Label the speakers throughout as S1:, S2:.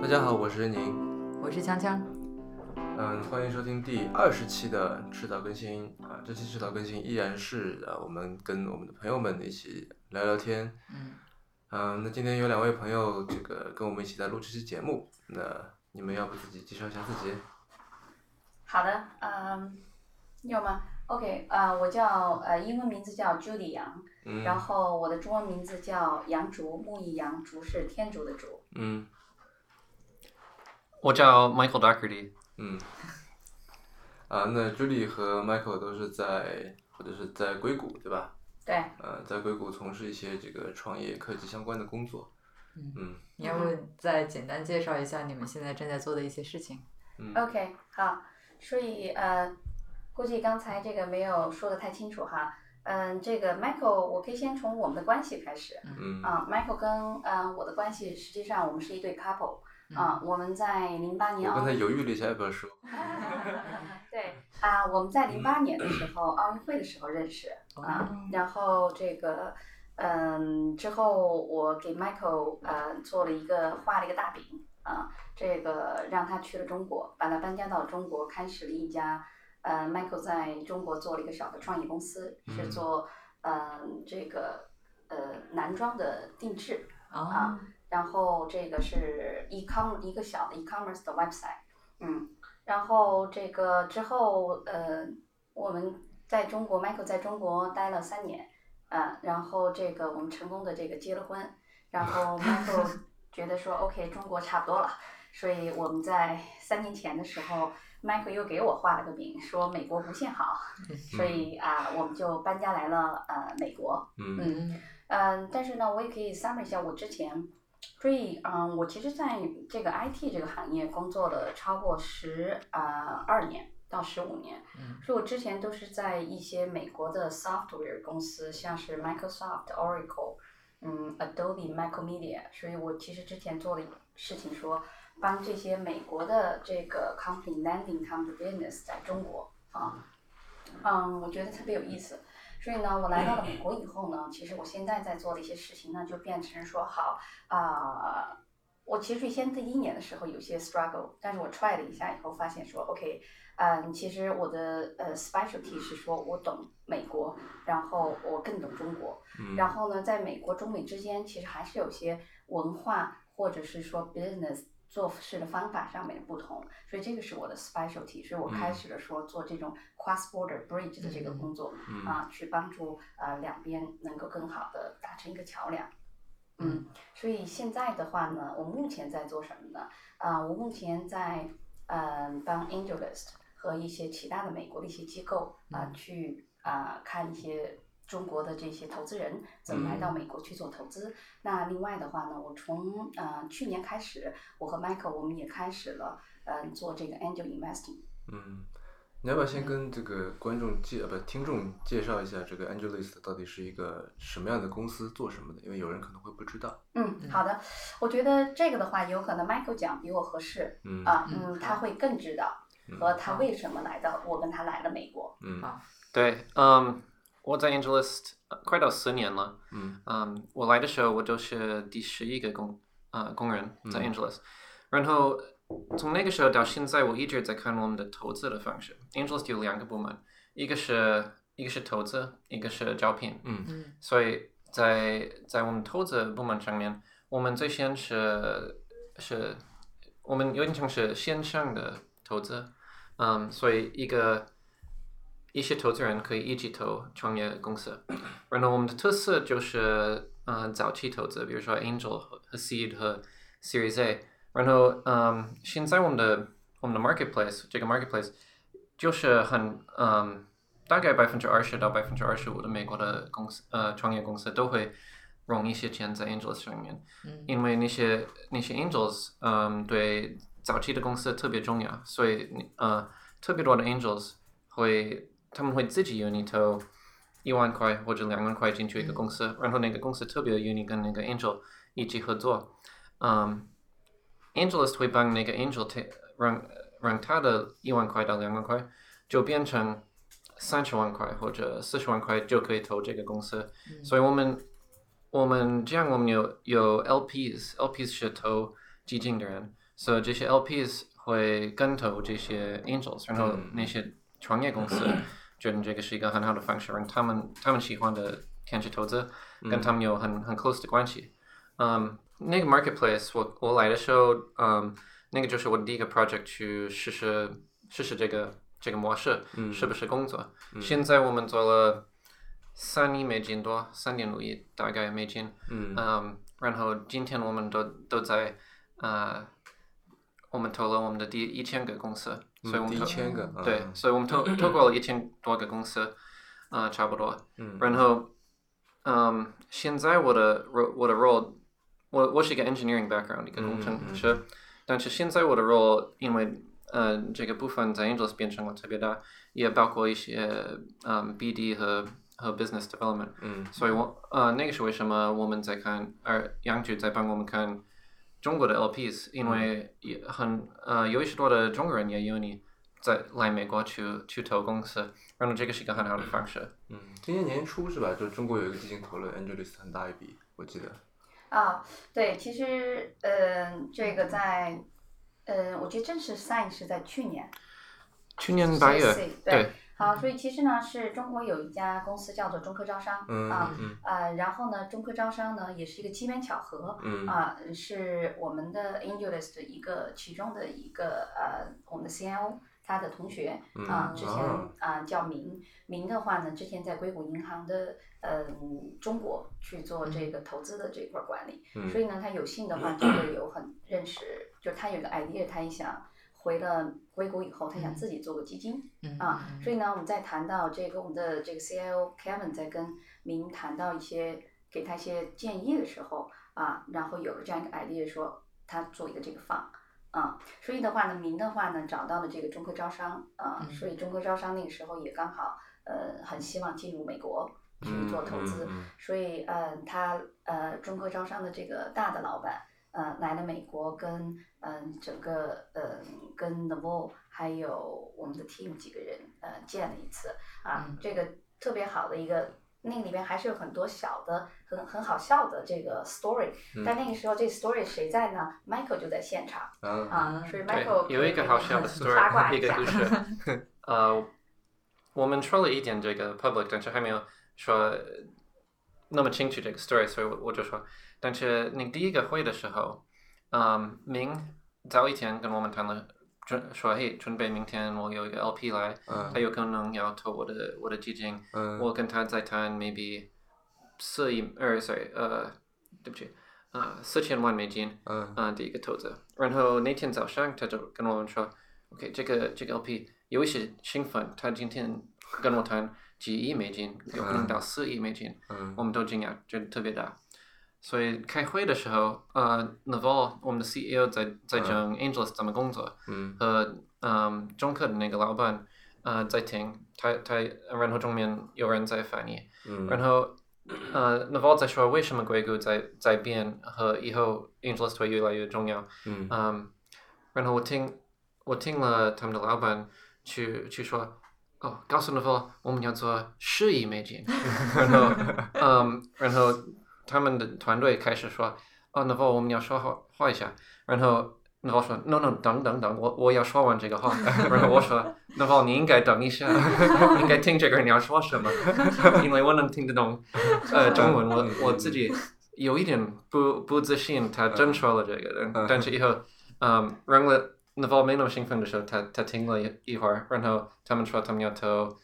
S1: 大家好，我是宁，
S2: 我是锵锵。
S1: 嗯，欢迎收听第二十期的迟早更新啊。这期迟早更新依然是呃、我们跟我们的朋友们一起聊聊天。
S2: 嗯，
S1: 嗯，那今天有两位朋友这个跟我们一起在录这期节目，那你们要不自己介绍一下自己？
S3: 好的，嗯，要吗？OK，啊、我叫呃英文名字叫 Judy 杨，
S1: 嗯，
S3: 然后我的中文名字叫杨竹，木易杨，竹是天竺的竹。
S1: 嗯
S4: 我叫 Michael Doherty，
S1: 嗯，啊，那 Julie 和 Michael 都是在或者是在硅谷对吧？
S3: 对，
S1: 呃，在硅谷从事一些这个创业科技相关的工作。
S2: 嗯
S1: 嗯
S2: 你要不再简单介绍一下你们现在正在做的一些事情？
S1: 嗯
S3: OK，好，所以呃，估计刚才这个没有说的太清楚哈。嗯，这个 Michael，我可以先从我们的关系开始。
S1: 嗯
S3: 啊，Michael 跟呃我的关系，实际上我们是一对 couple、啊，我们在零八
S1: 嗯
S3: 年
S1: 我
S3: 奥
S1: 刚才
S3: 运
S1: 犹豫了一下要不要说，
S3: 对啊，我们在零
S1: 嗯
S3: 八年的时候奥运会的时候认识
S2: 哦
S3: 啊，
S2: 嗯
S3: 然后这个嗯之后我给 Michael 呃做了一个画了一个大饼啊，这个让他去了中国，把他搬家到中国，开始了一家呃 Michael 在中国做了一个小的创业公司，是
S1: 嗯
S3: 做嗯、这个呃男装的定制。
S2: 啊，
S3: 然后这个是 ecom 一个小的 e-commerce 的 website，嗯，然后这个之后呃，我们在中国 Michael 在中国待了三年，呃，然后这个我们成功的这个结了婚，然后 Michael 觉得说 OK 中国差不多了，所以我们在三年前的时候，Michael 又给我画了个饼，说美国无限好，所以啊、我们就搬家来了呃美国，
S1: 嗯
S2: 嗯
S3: 嗯，但是呢，我也可以 summary 一下我之前，所以嗯，我其实在这个 IT 这个行业工作了超过十啊二年到十五年，
S2: 嗯
S3: 所以我之前都是在一些美国的 software 公司，像是 Microsoft、Oracle，嗯，Adobe、Micromedia，所以我其实之前做了事情说，帮这些美国的这个 company landing c o m p a n business 在中国啊，嗯，我觉得特别有意思。所以呢，我来到了美国以后呢，其实我现在在做的一些事情呢，就变成说好啊、我其实最先第一年的时候有些 struggle，但是我 try 了一下以后，发现说 OK，嗯，其实我的呃 specialty 是说我懂美国，然后我更懂中国，
S1: 嗯，
S3: 然后呢，在美国中美之间其实还是有些文化或者是说 business 做事的方法上面的不同，所以这个是我的 specialty，所以我开始了说做这种 cross border bridge 的这个工作。
S1: 嗯嗯
S3: 啊，去帮助呃两边能够更好的达成一个桥梁。
S2: 嗯
S3: 嗯，所以现在的话呢，我目前在做什么呢？啊、我目前在嗯、呃帮 AngelList 和一些其他的美国的一些机构啊、
S2: 嗯
S3: 去啊、看一些中国的这些投资人怎么来到美国去做投资。那另外的话呢，我从呃去年开始，我和 Michael 我们也开始了嗯、呃做这个 Angel Investing。
S1: 嗯，你要不要先跟这个观众介呃不听众介绍一下这个 AngelList 到底是一个什么样的公司，做什么的？因为有人可能会不知道。
S3: 嗯，好的，我觉得这个的话，有可能 Michael 讲比我合适，
S1: 嗯
S3: 啊，
S2: 嗯
S3: 嗯，
S2: 好
S3: 他会更知道
S1: 嗯
S3: 和他为什么来到，我跟他来了美国。
S1: 嗯
S2: 好
S4: 对，嗯，我在 AngelList 呃快到十年了，
S1: 嗯
S4: 嗯，我来的时候我就是第十一个工呃工人在
S1: 嗯
S4: AngelList，、然后从那个时候到现在，我一直在看我们的投资的方式。AngelList 有两个部门，一个是一个是投资，一个是招聘，
S1: 嗯
S2: 嗯
S4: 所以在在我们投资部门上面，我们最先是是，我们有点像是线上的投资，嗯，所以一个一些投资人可以一起投创业公司，然后我们的特色就是嗯早期投资，比如说 Angel 和 Seed 和 Series A，然后嗯现在我们的我们的 Marketplace 这个 Marketplace 就是很嗯。大概百分之二十到百分之二十五的美国的公司呃创业公司都会融一些钱在 angels 上面，
S2: 嗯
S4: 因为那些那些 angels 嗯对早期的公司特别重要，所以你呃特别多的 angels 会他们会自己愿意投一万块或者两万块进去一个公司，然后那个公司特别愿意跟那个 angel 一起合作，嗯，angelist 会帮那个 angel 提让让他的一万块到两万块就变成三十万块或者四十万块就可以投这个公司，所以我们我们这样我们有有 LPs，LPs 是投基金的人，所以这些 LPs 会跟投这些 angels，然后
S1: 嗯
S4: 那些创业公司觉得这个是一个很好的方式，让他们他们喜欢的天使投资跟他们有很很 close 的关系。嗯，那个 marketplace 我我来的时候，嗯，那个就是我的第一个 project 去试试试试这个这个模式、
S1: 嗯
S4: 是不是工作。现在我们做了三亿美金多，三点五亿大概美金。
S1: 嗯
S4: 嗯，然后今天我们都都在呃，我们投了我们的第一千个公司，所以我
S1: 嗯，
S4: 们
S1: 第
S4: 投
S1: 一千个，嗯
S4: 对，所以我们透透过了一千多个公司，呃，差不多。
S1: 嗯
S4: 然后，嗯，现在我的 ro- 我的 role，我我是一个 engineering background 一个工程师，但是现在我的 role 因为呃这个部分在 Angels 变成了特别大，也包括一些嗯 BD 和和 business development，
S1: 嗯
S4: 所以我呃那个是为什么我们在看，而杨局在帮我们看中国的 LPs，因为也很呃有许多的中国人也有你在来美国去去投公司，然后这个是一个很好的方式。
S1: 嗯，今年年初是吧？就中国有一个基金投了 AngelList 很大一笔，我记得。
S3: 啊，对，其实，嗯，这个在，嗯，我觉得正式 sign 是在去年，
S4: 去年八月
S3: CC，，
S4: 对，
S3: 好，所以其实呢，是中国有一家公司叫做中科招商
S1: 嗯
S3: 啊，
S1: 嗯
S3: 呃，然后呢，中科招商呢也是一个机缘巧合
S1: 嗯
S3: 啊，是我们的 AngelList 的一个其中的一个呃，我们的 CIO 他的同学
S1: 嗯
S3: 啊，之前
S1: 啊
S3: 啊叫明明的话呢，之前在硅谷银行的嗯中国去做这个投资的这一块管理，
S1: 嗯
S3: 所以呢，他有幸的话就会有很认识，就他有个 idea，他也想回了硅谷以后，他想自己做个基金。
S2: 嗯
S3: 啊，
S2: 嗯
S3: 所以呢，我们在谈到这个我们的这个 CIO Kevin 在跟您谈到一些给他一些建议的时候啊，然后有了这样一个 idea 说他做一个这个放啊，所以的话呢，您的话呢找到了这个中科招商啊，
S2: 嗯
S3: 所以中科招商那个时候也刚好呃很希望进入美国去
S1: 嗯
S3: 做投资，
S1: 嗯嗯
S3: 所以呃他呃中科招商的这个大的老板呃来了美国跟嗯、整个嗯、跟 Novo 还有我们的 team 几个人呃见了一次啊，
S2: 嗯
S3: 这个特别好的一个。那里面还是有很多小的、很很好笑的这个 story，、
S1: 嗯
S3: 但那个时候这 story 谁在呢？Michael 就在现场
S1: 啊
S3: 啊，所以
S4: 嗯对
S3: Michael，
S4: 有一个好笑的
S3: 八卦
S4: story，一个 故 事。呃，我们说了一点这个 public，但是还没有说那么清楚这个 story，所以我我就说，但是你第一个会的时候，嗯，明早一天跟我们谈了，准说嘿，准备明天我有一个 LP 来，
S1: 嗯
S4: 他有可能要投我的我的基金，
S1: 嗯
S4: 我跟他在谈 maybe 四亿，呃，sorry，呃，对不起，呃，四千万美金。
S1: 嗯
S4: 啊、第一个投资。然后那天早上他就跟我们说，OK，这个这个 LP 有一些兴奋，他今天跟我谈几亿美金，有可能到四亿美金，
S1: 嗯
S4: 我们都惊讶，觉得特别大。所以开会的时候，呃 n a v a l 我们的 CEO 在在讲 Angels 怎么工作，
S1: 嗯
S4: 和嗯中科的那个老板呃在听，他他然后中面有人在翻译，
S1: 嗯
S4: 然后呃 Naval 在说为什么硅谷在在变和以后 Angelist 会越来越重要，
S1: 嗯
S4: 嗯，然后我听我听了他们的老板去去说。哦，告诉 Naval 我们要做十亿美金， 然后， 嗯，然后他们的团队开始说，哦，Naval 我们要说话话一下，然后 Naval 说，no no，等等等，我我要说完这个话， 然后我说，Naval 你应该等一下， 你应该听这个人要说什么，因为我能听得懂，呃，中文，我我自己有一点不不自信，他真说了这个，但但是以后，嗯，让了 Naval 没那么兴奋的时候，他他听了一一会儿，然后他们说他们要投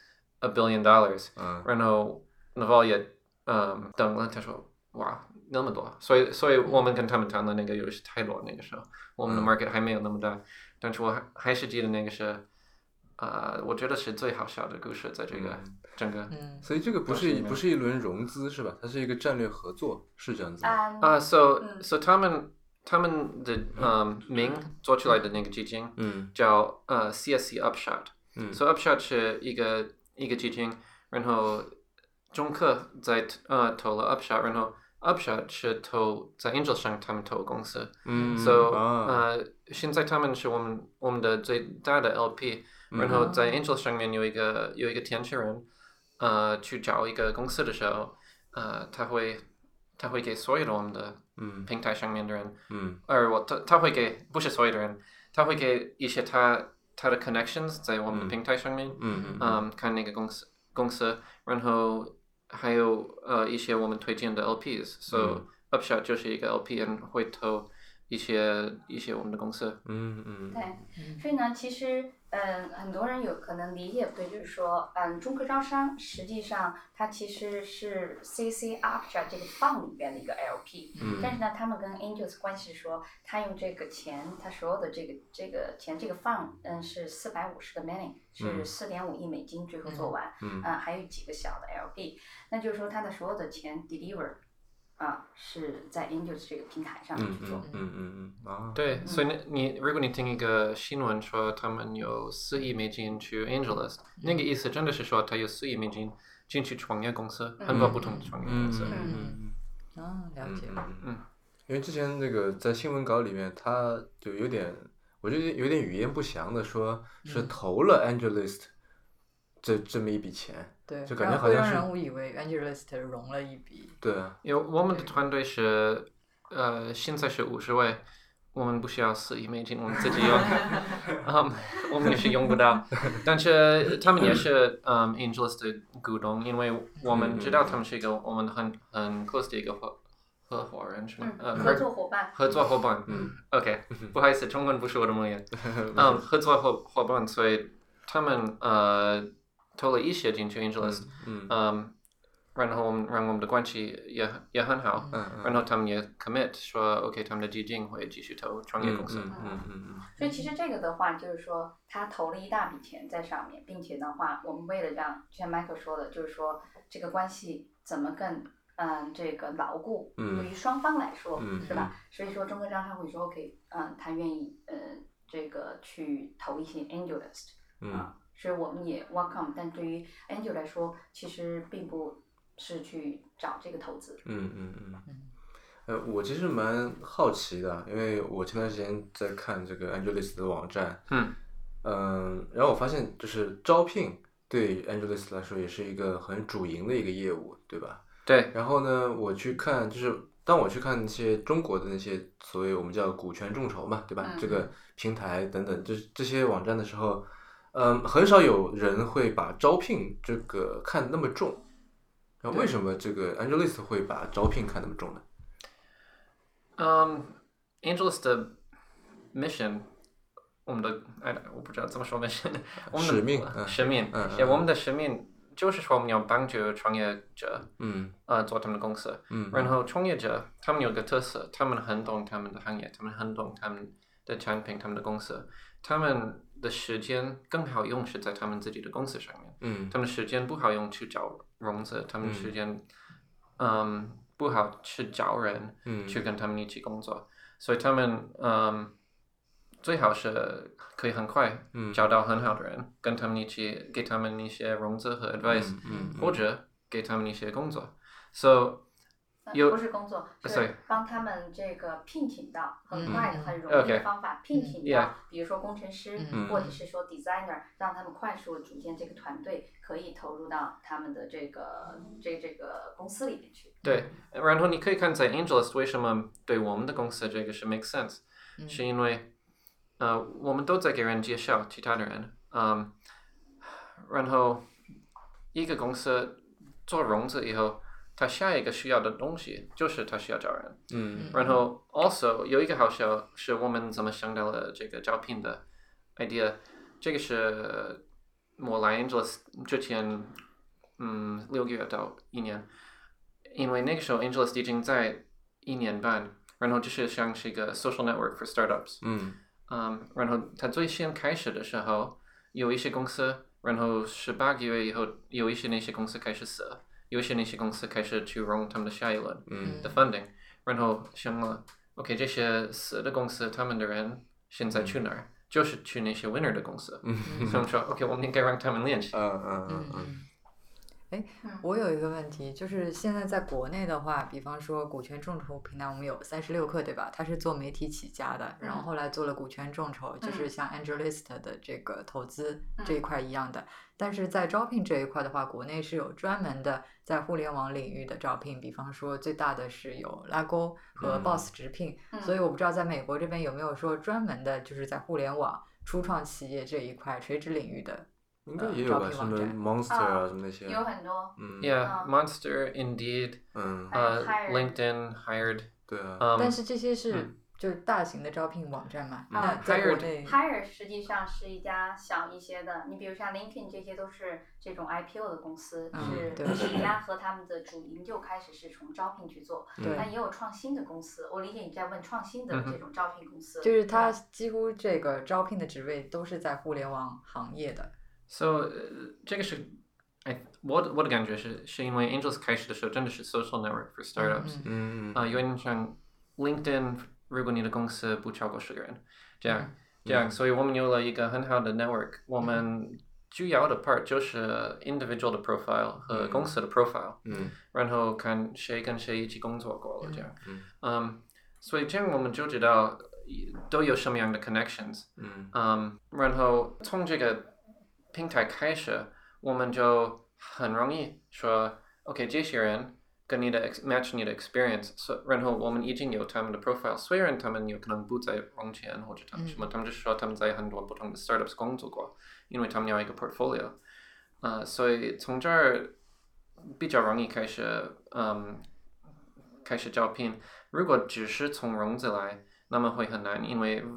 S4: a billion dollars，
S1: 嗯
S4: 然后 Naval 也嗯等了，他说哇那么多，所以所以我们跟他们谈的那个游戏太多，那个时候我们的
S1: 嗯
S4: market 还没有那么大，但是我还还是记得那个是，呃，我觉得是最好笑的故事，在这个
S1: 嗯
S4: 整个
S2: 嗯
S1: 所以这个不
S4: 当时
S1: 是
S4: 没有
S1: 不是一轮融资是吧？它是一个战略合作，是这样子吗？
S3: 啊
S4: 啊，so
S3: 嗯
S4: so 他们他们的嗯名做出来的那个基金
S1: 嗯
S4: 叫呃 CSC Upshot。
S1: 嗯
S4: 所以 Upshot 是一个一个基金，然后中科在呃投了 Upshot，然后 Upshot 是投在 Angel 上他们投公司，
S1: 嗯
S4: so
S1: 啊
S4: 呃现在他们是我们我们的最大的 LP，然后在 Angel 上面有一个 uh, 有一个填写人，呃去找一个公司的时候，呃他会他会给所有的我们的
S1: 嗯
S4: 平台上面的人，
S1: 嗯
S4: 而我他他会给不是所有的人，他会给一些他他的 connections 在我们的
S1: 嗯
S4: 平台上面，
S1: 嗯嗯
S4: 嗯，看那个公司公司，然后还有呃一些我们推荐的 LPs，so、
S1: 嗯
S4: Upshot 就是一个 LP，and 会投一些一些我们的公司，
S1: 嗯嗯嗯，
S3: 对，所以呢，其实嗯，很多人有可能理解不对，就是说，嗯，中科招商实际上它其实是 CC Upshot 这个 fund 里边的一个 LP，、
S1: 嗯
S3: 但是呢，他们跟 Angels 关系说，他用这个钱，他所有的这个这个钱这个 fund，嗯，是四百五十个 million，是
S1: 嗯
S3: 四点五亿美金，最后做完。
S1: 嗯
S3: 啊，还有几个小的 LP，那就是说它的所有的钱 deliver 啊是在 Angels 这个平台上面
S1: 嗯
S3: 去做
S1: 嗯，嗯嗯嗯啊，
S4: 对，所以你你如果你听一个新闻说他们有四亿美金去 Angelus，、那个
S1: 嗯
S4: 意思真的是说他有四亿美金进去创业公司，很多不同的创业
S1: 嗯
S4: 公
S1: 嗯
S4: 司。
S1: 嗯嗯
S2: 哦，了
S1: 嗯
S2: 解。
S1: 嗯嗯
S4: 嗯，
S1: 因为之前那个在新闻稿里面，他就有点，我觉得有点语焉不详的说是
S2: 嗯
S1: 投了 AngelList 这这么一笔钱，
S2: 对，
S1: 就感觉
S2: 然后
S1: 好
S2: 会
S1: 像
S2: 让
S1: 是
S2: 人误以为 AngelList 融了一笔。
S1: 对啊，
S4: 有我们的团队是，呃，现在是五十位，我们不需要四亿美金，我们自己用，嗯，我们也是用不到，但是他们也是嗯 Angelus 的股东，因为我们知道他们是一个我们很很 close 的一个合合伙人是吗？呃
S3: 嗯，合作伙伴，
S4: 合作伙伴，嗯，OK，不好意思，中文不是我的母语，嗯，合作伙伙伴，所以他们呃投了一些进去 Angelus，
S1: 嗯
S4: 嗯，然后我们让我们的关系也也很好，
S1: 嗯嗯
S4: 然后他们也 commit 说 OK，他们的基金会继续投创业
S1: 嗯
S4: 公司，
S1: 嗯嗯嗯
S3: 所以其实这个的话就是说他投了一大笔钱在上面，并且的话，我们为了让就像 Michael 说的，就是说这个关系怎么更。嗯，这个牢固
S1: 嗯
S3: 对于双方来说、
S1: 嗯
S3: 是吧？所以说中科招商会说 OK，嗯，他愿意呃这个去投一些 Angelist，
S1: 嗯
S3: 啊，所以我们也 welcome。但对于 Angel 来说，其实并不是去找这个投资。
S1: 嗯嗯嗯嗯，呃，我其实蛮好奇的，因为我前段时间在看这个 AngelList 的网站，
S4: 嗯
S1: 嗯，然后我发现就是招聘对 AngelList 来说也是一个很主营的一个业务，对吧？
S4: 对，
S1: 然后呢，我去看就是当我去看那些中国的那些所谓我们叫股权众筹嘛，对吧？
S3: 嗯
S1: 这个平台等等，就是这些网站的时候，嗯，很少有人会把招聘这个看得那么重。那为什么这个 AngelList 会把招聘看那么重呢？
S4: 嗯，Angelus 的 mission。我们的哎，我不知道怎么说 mission，我们的
S1: 使命嗯
S4: 使命，
S1: 嗯
S4: 也
S1: 嗯
S4: 我们的使命就是说我们要帮助创业者，
S1: 嗯
S4: 呃，做他们的公司，
S1: 嗯
S4: 然后创业者他们有个特色，他们很懂他们的行业，他们很懂他们的产品、他们的公司，他们的时间更好用是在他们自己的公司上面，
S1: 嗯
S4: 他们时间不好用去找融资，他们
S1: 嗯
S4: 时间嗯不好去找人
S1: 嗯
S4: 去跟他们一起工作，所以他们嗯最好是可以很快
S1: 嗯
S4: 找到很好的人，跟他们一起给他们一些融资和 advice，、
S1: 嗯
S4: 或者给他们一些工作，so。
S3: 呃
S4: 有
S3: 不是工作，
S4: sorry
S3: 是帮他们这个聘请到
S2: 嗯
S3: 很快的、很容易
S4: OK
S3: 的方法聘请
S4: 嗯
S3: 到，比如说工程师
S1: 嗯
S3: 或者是说 designer，让他们快速地组建这个团队，可以投入到他们的这个这这个公司里面去。
S4: 对，然后你可以看在 Angelus 为什么对我们的公司这个是 make sense，、是因为呃我们都在给人介绍其他的人，嗯，然后一个公司做融资以后，它下一个需要的东西就是它需要找人，
S1: 嗯
S4: 然后 also 有一个好消是我们怎么想到了这个招聘的 idea，这个是我来 Angeles 之前，嗯，六个月到一年，因为那个时候 Angeles 已经在一年半，然后就是像是一个 social network for startups，
S1: 嗯
S4: 嗯，然后它最先开始的时候，有一些公司，然后十八个月以后，有一些那些公司开始死，有一些那些公司开始去融他们的下一轮
S1: 嗯
S4: 的 funding，、然后想了，OK，这些死的公司，他们的人现在去哪儿？就是去那些 winner 的公司，
S1: 嗯
S4: 所以我们说，OK，我们应该让他们练习。
S1: 嗯嗯
S2: 嗯
S1: 嗯
S2: 嗯。我有一个问题，就是现在在国内的话，比方说股权众筹平台，我们有三十六氪，对吧？它是做媒体起家的，然后
S3: 嗯
S2: 后来做了股权众筹，就是
S3: 嗯
S2: 像 AngelList 的这个投资这一
S3: 嗯
S2: 块一样的。但是在招聘这一块的话，国内是有专门的在互联网领域的招聘，比方说最大的是有拉勾和
S1: 嗯
S2: Boss 直聘，
S3: 嗯
S2: 所以我不知道在美国这边有没有说专门的，就是在互联网初创企业这一块垂直领域的。
S1: 应该
S2: 呃
S1: 也有
S2: 招
S1: 吧，
S2: 聘
S1: 什
S2: 网
S1: 么
S2: 站
S1: Monster 啊，什么那些，
S3: 有很多，
S1: 嗯
S4: Yeah,
S3: Um,
S4: Monster, Indeed,
S1: 嗯，
S3: I
S4: uh,
S3: hired.
S4: LinkedIn, hired.
S1: 对啊，
S4: Um,
S2: 但是这些是
S4: 嗯
S2: 就是大型的招聘网站嘛，
S1: 嗯
S2: 那在国
S4: Hired
S2: 内，
S3: Hire 实际上是一家小一些的，你比如像 LinkedIn 这些都是这种 IPO 的公司，
S2: 嗯对
S3: 是企业家和他们的主营就开始是从招聘去做，
S2: 对
S3: 但也有创新的公司。我理解你在问创新的
S4: 嗯哼
S3: 这种招聘公司，
S2: 就是
S3: 对吧
S2: 它几乎这个招聘的职位都是在互联网行业的。
S4: so uh, 呃这个是，哎，我的我的感觉是，是因为 Angels 开始的时候真的是 social network for startups，Uh,
S2: 嗯
S1: 嗯，
S4: 啊、有点像 LinkedIn，如果你的公司不超过十个人，这样、这样，所以我们有了一个很好的 network。我们主要的 part 就是 individual 的 profile 和
S1: 嗯
S4: 公司的 profile，、
S1: 嗯
S4: 然后看谁跟谁一起工作过了这样。
S1: 嗯
S4: 嗯，所以这样我们就知道呃都有什么样的 connections。
S1: 嗯
S4: 嗯，然后从这个平台开始，我们就很容易说，OK，这些人跟你的 ex- match 你的 experience，所然后我们已经有他们的 profile，虽然他们有可能不在融钱或者他们什么，他们就说他们在很多不同的 startups 工作过，因为他们有一个 portfolio，呃，所以从这儿比较容易开始，嗯，开始招聘。如果只是从融资来，那么会很难，因为如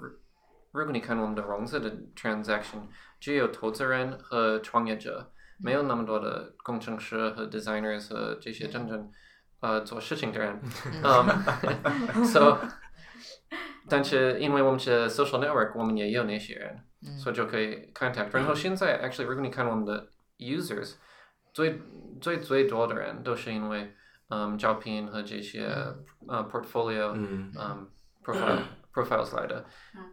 S4: 如果你看我们的融资的 transaction，只有投资人和创业者，没有那么多的工程师和 designers 和这些真正呃做事情的人，嗯 ，so，但 是因为我们是 social network，我们也有那些人，
S2: 嗯
S4: 所以就可以 contact。然后现在 actually，如果你看我们的 users，最最最多的人都是因为嗯招聘和这些呃 portfolio
S1: 嗯
S4: 嗯 profile profiles 来的。
S3: 嗯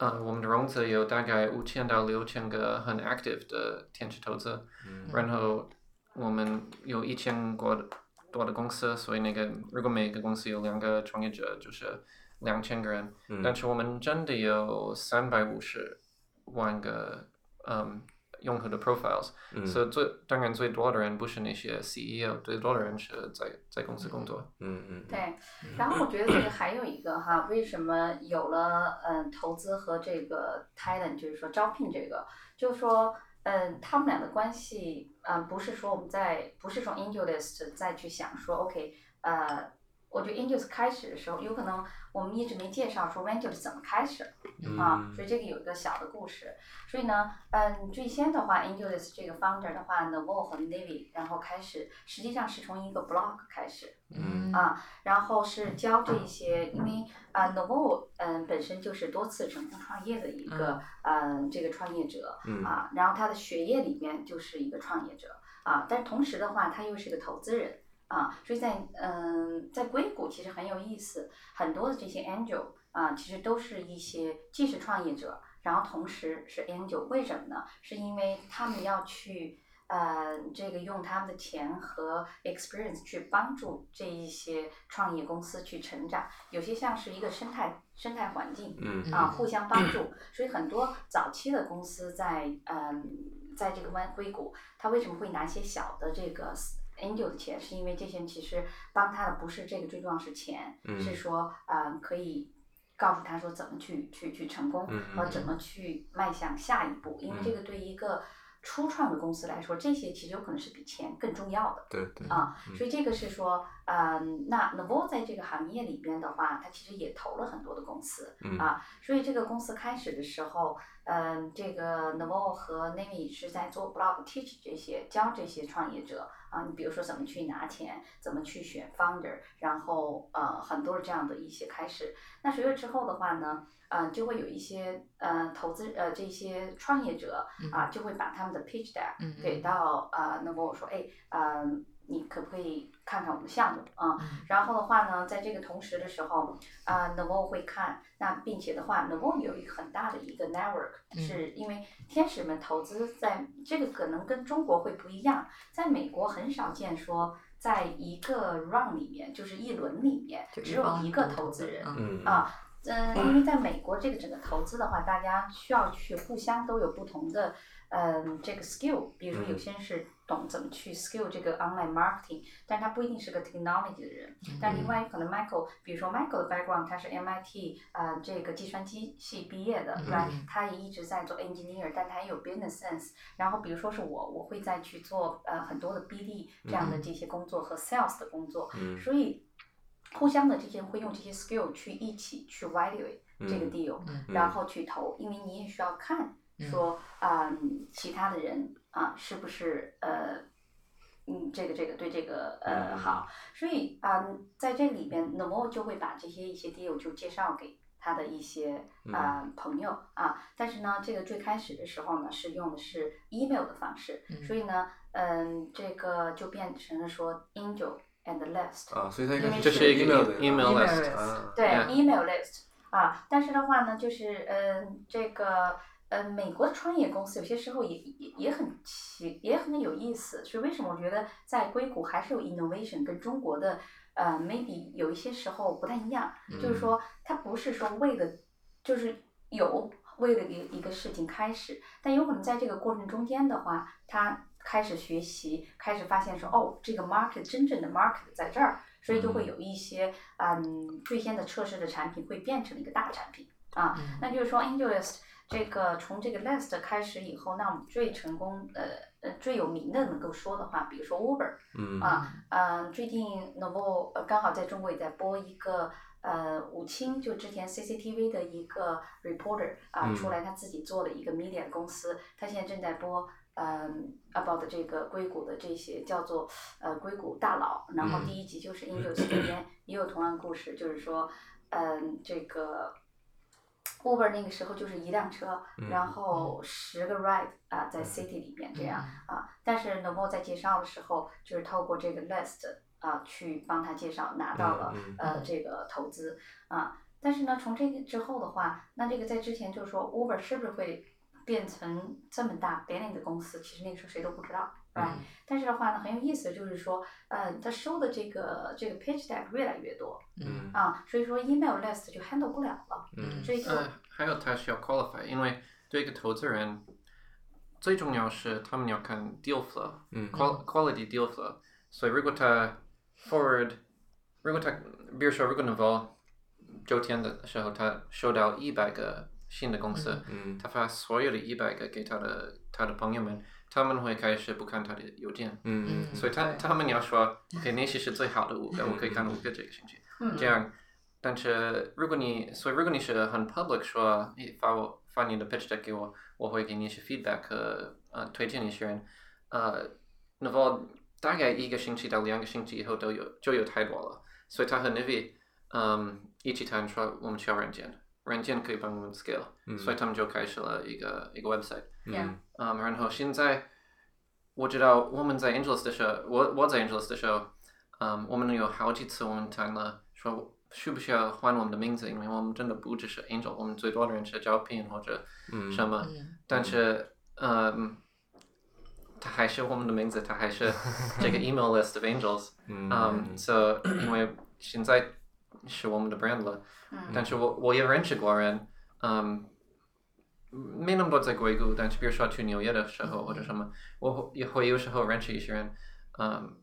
S4: 呃，我们的融资有大概五千到六千个很 active 的天使投资，
S1: 嗯
S4: 然后我们有一千个多的公司，所以那个如果每个公司有两个创业者，就是两千个人。
S1: 嗯
S4: 但是我们真的有三百五十万个嗯用户的 profiles，、
S1: 嗯
S4: 所以最当然最多的人不是那些 CEO，最多的人是在在公司工作。
S1: 嗯嗯，
S3: 对，然后我觉得这个还有一个哈，为什么有了嗯投资和这个 talent，就是说招聘这个，就是说嗯他们俩的关系，嗯不是说我们在不是从 Angelist 再去想说 OK，呃，我觉得 Angelist 开始的时候，有可能我们一直没介绍说 Angelist 怎么开始，
S1: 嗯
S3: 啊，所以这个有一个小的故事。所以呢，嗯，最先的话，Angelus 这个 founder 的话呢，我和 Navy，然后开始，实际上是从一个 blog 开始，
S1: 嗯
S3: 啊然后是教这些，因为啊、n o v o 嗯、本身就是多次成功创业的一个嗯、这个创业者
S1: 嗯
S3: 啊，然后他的学业里面就是一个创业者啊，但同时的话，他又是个投资人啊，所以在嗯、在硅谷其实很有意思，很多的这些 angel 啊，其实都是一些既是创业者，然后同时是 angel，为什么呢？是因为他们要去。呃，这个用他们的钱和 experience 去帮助这一些创业公司去成长，有些像是一个生态生态环境
S1: 嗯
S3: 啊、
S2: 嗯
S3: 互相帮助。所以很多早期的公司在嗯、在这个湾硅谷，它为什么会拿一些小的这个 angel 的钱，是因为这些人其实帮他的不是这个最重要是钱，
S1: 嗯
S3: 是说嗯、呃可以。告诉他说怎么去去去成功，
S1: 嗯嗯
S3: 和怎么去迈向下一步，因为这
S1: 嗯
S3: 个对于一个初创的公司来说，这些其实有可能是比钱更重要的。
S1: 对对，
S3: 啊，
S1: 嗯
S3: 所以这个是说，嗯，那 Novo 在这个行业里边的话，它其实也投了很多的公司，
S1: 嗯
S3: 啊，所以这个公司开始的时候，嗯，这个 Novo 和 Navy 是在做 blog teach 这些教这些创业者啊，你比如说怎么去拿钱，怎么去选 founder，然后呃很多这样的一些开始。那随着之后的话呢，呃就会有一些呃投资呃这些创业者啊、就会把他们的 pitch deck
S2: 嗯
S3: 给到呃 Novo 呃说，哎，嗯、你可不可以看看我们的项目啊、
S2: 嗯
S3: 然后的话呢，在这个同时的时候，啊、n o v o 会看，那并且的话 n o v o 有一个很大的一个 network，、
S2: 嗯
S3: 是因为天使们投资在这个可能跟中国会不一样，在美国很少见说在一个 round 里面，就是一轮里面
S2: 就
S3: 只有
S2: 帮
S3: 一个
S2: 独
S3: 投资人，
S2: 嗯
S1: 嗯
S3: 啊，嗯，因为在美国这个整个投资的话，大家需要去互相都有不同的，嗯，这个 skill，比如说有
S1: 嗯
S3: 些人是懂怎么去 skill 这个 online marketing，但他不一定是个 technology 的人，
S2: 嗯
S3: 但另外可能 Michael，比如说 Michael 的 background，他是 MIT 啊、呃、这个计算机系毕业的
S2: 嗯
S3: ，right？
S2: 嗯
S3: 他也一直在做 engineer，但他也有 business sense。然后比如说是我，我会再去做呃很多的 BD 这样的
S2: 嗯
S3: 这些工作和 sales 的工作，
S1: 嗯
S3: 所以互相的这些会用这些 skill 去一起去 value 这个
S1: 嗯
S3: deal，、
S2: 嗯
S3: 然后去投，因为你也需要看说啊、嗯其他的人啊、是不是呃。嗯，这个这个对这个呃
S1: 嗯
S3: 好，所以啊、嗯在这里边 n o m o 就会把这些一些 deal 就介绍给他的一些
S2: 嗯
S3: 啊、朋友啊，但是呢，这个最开始的时候呢是用的是 email 的方式，
S2: 嗯
S3: 所以呢，嗯，这个就变成了说 angel and list，、
S1: 啊，所以他一开始
S4: 这是一个
S1: email 的
S4: email
S2: list
S1: 啊，
S3: 对、
S4: Yeah.
S3: email list 啊，但是的话呢，就是嗯，这个呃，美国的创业公司有些时候也也也很奇，也很有意思。所以为什么我觉得在硅谷还是有 innovation 跟中国的呃 maybe 有一些时候不太一样，就是说它不是说为了就是有为了一一个事情开始，但有可能在这个过程中间的话，他开始学习，开始发现说哦，这个 market 真正的 market 在这儿，所以就会
S1: 嗯
S3: 有一些嗯最先的测试的产品会变成一个大产品啊。
S2: 嗯
S3: 那就是说 a n g e l i s t 这个从这个 list 开始以后，那我们最成功呃呃最有名的能够说的话，比如说 Uber，
S1: 嗯
S3: 啊嗯，最近 Novo 呃刚好在中国也在播一个呃武清，就之前 CCTV 的一个 reporter 啊、
S1: 嗯
S3: 出来，他自己做了一个 media 公司，他现在正在播。嗯，about 这个硅谷的这些叫做呃硅谷大佬，然后
S2: 嗯
S3: 第一集就是 i n d o 这边也有同样故事，就是说，嗯，这个 Uber 那个时候就是一辆车，
S1: 嗯
S3: 然后十个 ride 啊、在
S1: 嗯
S3: city 里面这样，啊，但是 Novo 在介绍的时候，就是透过这个 list 啊，去帮他介绍拿到了、
S1: 嗯嗯
S3: 呃这个投资啊。但是呢，从这个之后的话，那这个在之前就是说 Uber 是不是会变成这么大 billion 的公司？其实那个时候谁都不知道，right？、
S1: 嗯
S3: 但是的话呢，很有意思，就是说，呃，他收的这个这个 pitch deck 越来越多
S1: 嗯
S3: 啊，所以说 email list 就 handle 不了了，
S1: 嗯
S3: 所以就、
S4: 呃，还有他需要 qualify，因为对一个投资人，最重要是他们要看 deal flow，
S1: 嗯
S4: qual quality deal flow。所以如果他 forward，如果他比如说如果 Novo 周天的时候他收到一百个新的公司，
S1: 嗯
S4: 他发所有的一百个给他的他的朋友们，他们会开始不看他的邮件。
S1: 嗯
S4: 所以他
S2: 对
S4: 他们要说，OK，那些是最好的五个，我可以看五个这个星期，
S3: 嗯
S4: 这样。但是如果你，所以如果你是很 public 说，你发我发你的 pitch deck 给我，我会给你一些 feedback，呃，呃推荐一些人，呃，那么大概一个星期到两个星期以后都有就有太多了，所以他和 Navi，嗯，一起谈说我们需要软件，软件可以帮我们 scale，、
S1: 嗯
S4: 所以他们就开始了一个一个 website。
S3: Yeah
S1: 嗯
S4: 嗯，然后现在我知道我们在 Angeles 的时候，我我在 Angeles 的时候，嗯，我们有好几次我们谈了说需不需要换我们的名字，因为我们真的不只是 Angel，我们最多的人是招聘或者
S1: 嗯
S4: 什么，
S2: 嗯
S4: 但是嗯，它还是我们的名字，它还是这个 email list of angels，嗯，so 因为现在是我们的 brand 了。
S3: 嗯
S4: 但是我我也认识国人，嗯，没那么多在硅谷，但是比如说去纽约的时候或者什么，我会也会有时候认识一些人，嗯，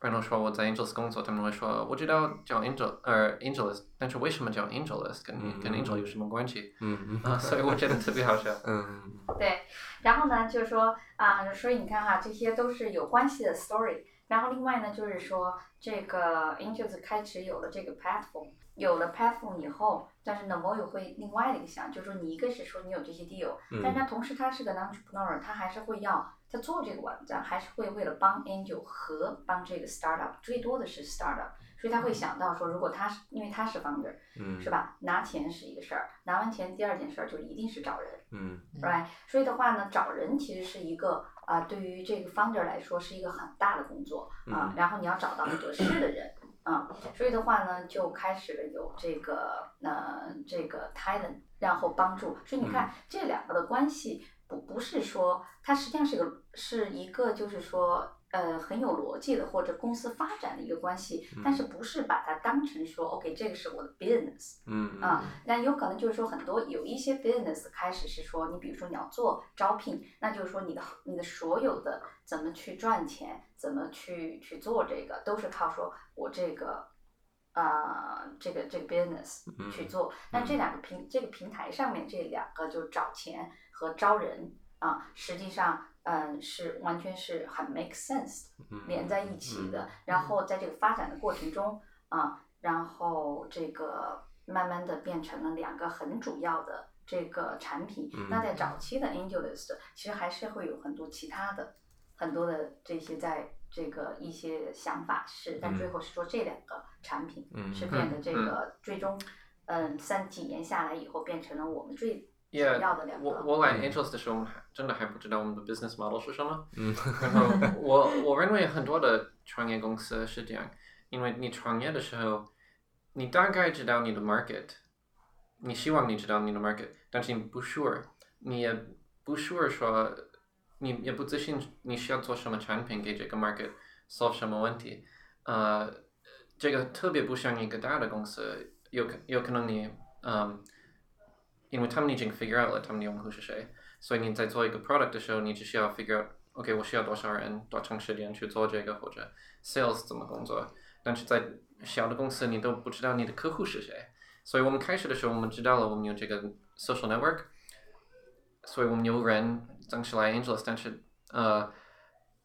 S4: 然后说我在 Angels 工作，他们会说我知道叫 Angel 呃 Angelus，但是为什么叫 Angelus 跟你跟 Angel 有什么关系？
S1: 嗯
S4: 啊，所以我觉得特别好 笑。
S1: 嗯
S3: 对，然后呢，就是说啊，所以你看哈，这些都是有关系的 story。然后另外呢，就是说这个 Angels 开始有了这个 platform，有了 platform 以后，但是呢，我也会另外的一个想，就是说你一个是说你有这些 deal，但
S1: 嗯
S3: 是他同时他是个 entrepreneur，他还是会要他做这个网站，还是会为了帮 angel 和帮这个 startup，最多的是 startup，所以他会想到说，如果他是因为他是 founder
S1: 嗯
S3: 是吧，拿钱是一个事儿，拿完钱第二件事儿就一定是找人。
S1: 嗯
S3: right？所以的话呢，找人其实是一个啊、对于这个 founder 来说是一个很大的工作啊、
S1: 嗯
S3: 然后你要找到合适的人啊、所以的话呢，就开始了有这个呃这个 talent，然后帮助，所以你
S1: 嗯
S3: 看、这两个的关系不不是说它实际上是一个是一个就是说。呃，很有逻辑的或者公司发展的一个关系，
S1: 嗯
S3: 但是不是把它当成说、OK，这个是我的 business，
S1: 嗯
S3: 啊，那有可能就是说很多有一些 business 开始是说，你比如说你要做招聘，那就是说你的你的所有的怎么去赚钱，怎么去去做这个，都是靠说我这个。啊、这个这个 business
S1: 嗯
S3: 去做，那这两个平、这个平台上面这两个就找钱和招人啊、实际上嗯是完全是很 make sense 的
S1: 嗯
S3: 连在一起的，
S1: 嗯
S3: 然后在这个发展的过程中啊，然后这个慢慢的变成了两个很主要的这个产品。
S1: 嗯
S3: 那在早期的 AngelList，其实还是会有很多其他的很多的这些在这个一些想法是，
S1: 嗯
S3: 但最后是说这两个产品
S1: 嗯
S3: 是变得
S4: 嗯
S3: 这个最终，嗯，三几年下来以后变成了我们最主
S4: Yeah，
S3: 要的两
S4: 我
S3: 个。
S4: 我来 Angelus 的时候，我们还真的还不知道我们的 business model 是什么。
S1: 嗯
S4: 然后我我认为很多的创业公司是这样，因为你创业的时候，你大概知道你的 market，你希望你知道你的 market，但是你不 sure，你也不 sure 说，你也不自信你需要做什么产品给这个 market，solve 什么问题，呃，这个特别不像一个大的公司，有可有可能你，嗯，因为他们已经 figure out 了他们的用户是谁，所以你在做一个 product 的时候，你只需要 figure out OK，我需要多少人，多长时间去做这个，或者 sales 怎么工作。但是在小的公司，你都不知道你的客户是谁。所以我们开始的时候，我们知道了我们有这个 social network，所以我们有人当时来 Angelus，但是呃，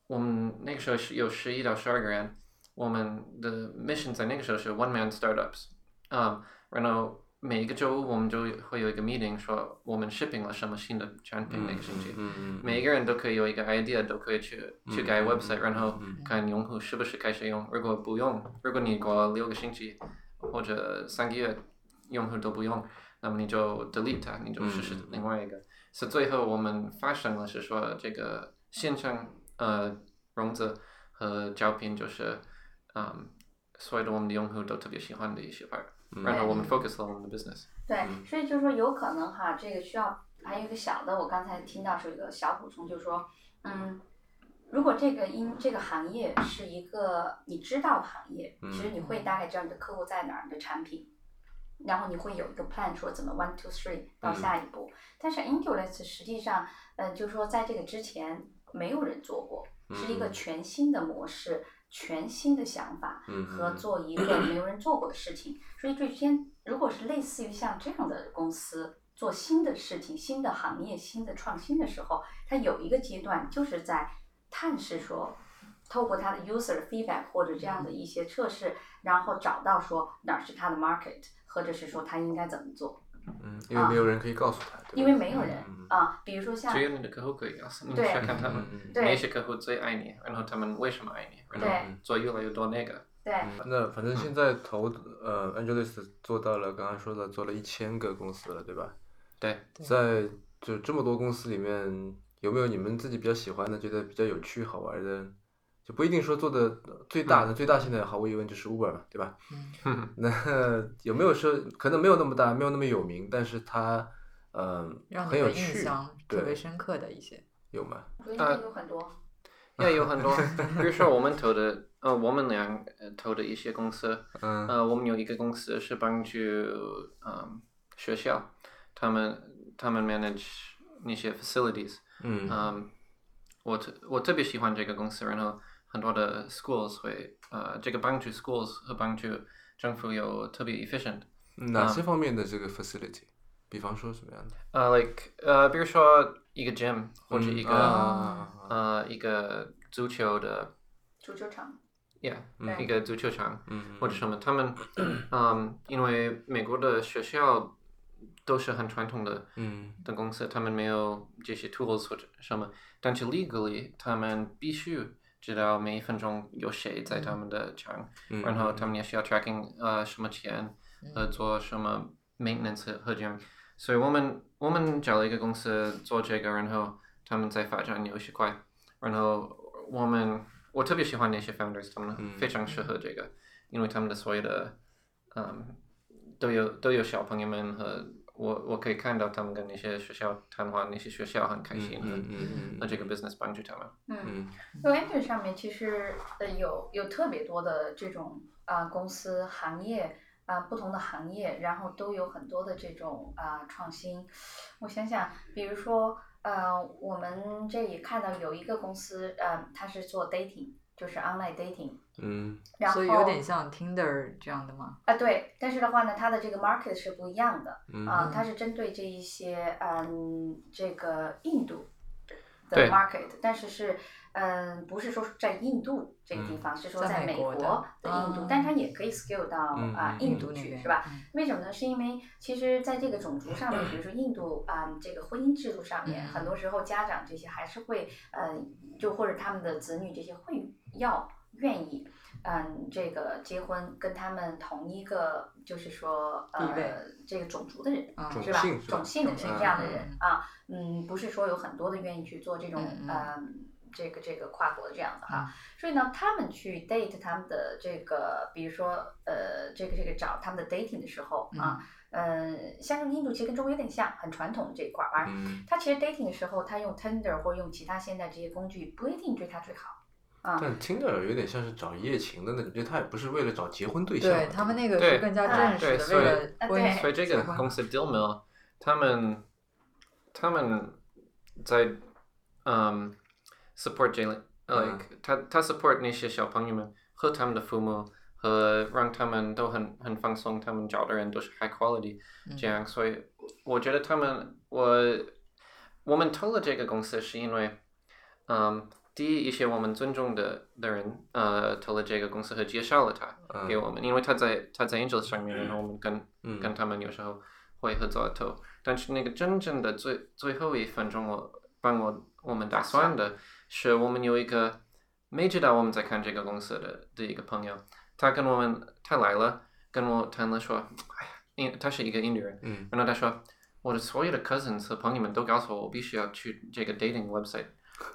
S4: 我们那个时候是有十一到十二个人，我们的 mission 在那个时候是 one man startups，嗯，然后每一个周我们就会有一个 meeting，说我们 shipping 了什么新的产品那个星期。
S1: 嗯
S4: 每一个人都可以有一个 idea，都可以去去改
S1: 嗯
S4: website，、
S1: 嗯
S4: 然后
S1: 嗯
S4: 看用户是不是开始用。如果不用，如果你过了六个星期或者三个月用户都不用，那么你就 delete 它，你就试
S1: 嗯
S4: 试
S1: 嗯嗯
S4: 另外一个。所以最后我们发生了是说这个线上呃融资和招聘就是嗯，所有的我们的用户都特别喜欢的一些 part，、然
S1: 嗯
S4: 后我们 focus 了我们的 business。
S3: 对，所以就是说有可能哈，这个需要还有一个小的，我刚才听到是一个小补充，就是说，嗯，如果这个因这个行业是一个你知道的行业，其实你会大概知道你的客户在哪儿，你的产品。然后你会有一个 plan，说怎么 one two three 到下一步。但是 Angelus 实际上，嗯、呃，就是说在这个之前没有人做过，是一个
S1: 嗯
S3: 全新的模式、全新的想法，
S1: 嗯
S3: 和
S1: 嗯
S3: 做一个没有人做过的事情。所以最先，如果是类似于像这样的公司做新的事情、新的行业、新的创新的时候，它有一个阶段就是在探视说，透过它的 user feedback 或者这样的一些测试，然后找到说哪儿是它的 market，或者是说它应该怎么做，
S1: 嗯，因为没有人可以告诉他，对吧
S3: 因为没有人
S1: 嗯
S3: 啊，比如说像
S4: 只有你的客户可以告诉你，
S3: 对
S4: 需要看他们
S1: 嗯嗯
S3: 对
S4: 哪些客户最爱你，然后他们为什么爱你，然后
S3: 对
S4: 做越来越多那个。
S3: 对
S1: 那反正现在投呃 Angelus 做到了，刚刚说的做了一千个公司了，对吧？
S4: 对，
S1: 在就这么多公司里面，有没有你们自己比较喜欢的、觉得比较有趣、好玩的？就不一定说做的最大的，最大现在毫无疑问就是 Uber 嘛，对吧？
S4: 哼
S1: 那 有没有说可能没有那么大，没有那么有名，但是它嗯、
S2: 让
S1: 很
S2: 你
S1: 有
S2: 的印
S1: 趣，
S2: 象特别
S1: 对，
S2: 深刻的一些。
S1: 有吗？
S3: 我觉得有很多，
S4: 也有很多，比如说我们投的，呃，我们俩呃投的一些公司，
S1: 嗯
S4: 呃，我们有一个公司是帮助，嗯，学校，他们他们 manage 那些 facilities，
S1: 嗯
S4: 嗯，我特我特别喜欢这个公司，然后很多的 schools 会，呃，这个帮助 schools 和帮助政府有特别 efficient，
S1: 哪些方面的这个 facility？比方说什么样的？
S4: 呃，like 呃，比如说一个 gym 或者
S1: 嗯
S4: 一个、
S1: 啊
S4: 呃一个足球的
S3: 足球场，
S4: ，yeah，、
S3: 嗯
S4: 一个足球场、
S1: 嗯
S4: 或者什么，他们嗯，因为美国的学校都是很传统的
S1: 嗯
S4: 的公司，他们没有这些 tools 或者什么，但是 legally 他们必须知道每一分钟有谁在他们的场，
S1: 嗯
S4: 然后他们也需要 tracking 呃什么钱和做什么 maintenance 和和这样，所以我们我们找了一个公司做这个，然后他们在发展游戏块，然后我们我特别喜欢那些 founders，他们
S1: 嗯
S4: 非常适合这个，因为他们的所有的嗯都有都有小朋友们和我我可以看到他们跟那些学校谈话，那些学校很开心，
S1: 嗯嗯嗯
S4: 那这个 business 帮助他们。
S3: 嗯，
S1: 嗯
S3: v e n t u r 上面其实呃有有特别多的这种啊、公司行业啊、不同的行业，然后都有很多的这种啊、创新。我想想，比如说呃我们这里看到有一个公司，呃它是做 dating，就是 online dating，
S1: 嗯
S3: 然后
S2: 所以有点像 Tinder 这样的吗？
S3: 啊、对，但是的话呢，它的这个 market 是不一样的
S1: 嗯
S3: 啊、
S2: 嗯
S3: 它是针对这一些嗯这个印度。的
S4: 对
S3: market，但是是，嗯，不是说在印度这
S1: 嗯
S3: 个地方，是说
S2: 在
S3: 在
S2: 美
S3: 美
S2: 国
S3: 国
S2: 的
S3: 的印度
S2: 啊，
S3: 但它也可以 scale 到
S1: 嗯
S3: 啊
S1: 嗯
S3: 印
S1: 嗯
S3: 度
S2: 那
S3: 去，
S2: 边
S3: 是吧？？
S2: 嗯
S3: 为什么呢？是因为其实在这个种族上面，比如说印度啊、这个婚姻制度上面，
S2: 嗯
S3: 很多时候家长这些还是会呃，就或者他们的子女这些会要愿意。嗯，这个结婚跟他们同一个，就是说，
S2: 地位
S3: 呃，这个种族的人，
S2: 啊
S1: 种
S3: 是吧
S1: 姓？是吧
S3: 种姓的人
S1: 种姓
S3: 这样的人
S2: 嗯
S3: 啊，嗯，不是说有很多的愿意去做这种
S2: 嗯嗯
S3: 呃，这个这个跨国这样的哈。
S2: 嗯
S3: 所以呢，他们去 date 他们的这个，比如说呃，这个这个找他们的 dating 的时候
S4: 嗯
S3: 啊，嗯，像这个印度其实跟中国有点像，很传统的这一块儿啊。
S1: 嗯，
S3: 他其实 dating 的时候，他用 Tinder 或用其他现在这些工具，不一定对他最好啊。
S1: 但听着有点像是找一夜情的那种，就他也不是为了找结婚对象嘛，
S2: 对他们那个
S4: 对
S2: 是更加正式的，
S4: 对
S2: 为了
S3: 所以
S2: 婚
S3: 啊
S4: 所以这个公司 Dillmill，他们他们在嗯 support Jalen，呃、
S1: 嗯
S4: like 他他 support 那些小朋友们和他们的父母和让他们都很很放松，他们找的人都是 high quality，这
S2: 嗯
S4: 样，所以我觉得他们我我们投了这个公司是因为，嗯，第一一些我们尊重的的人，呃，投了这个公司和介绍了他。
S1: 嗯
S4: 给我们，因为他在他在 Angel 上面，然后我们跟、
S1: 嗯
S4: 跟他们有时候会合作投，但是那个真正的最最后一分钟我，帮我我们打算的是我们有一个没知道我们在看这个公司的的一个朋友，他跟我们他来了，跟我谈了说，哎呀，因他是一个印度人，
S1: 嗯
S4: 然后他说我的所有的 cousins 和朋友们都告诉我，我必须要去这个 dating website。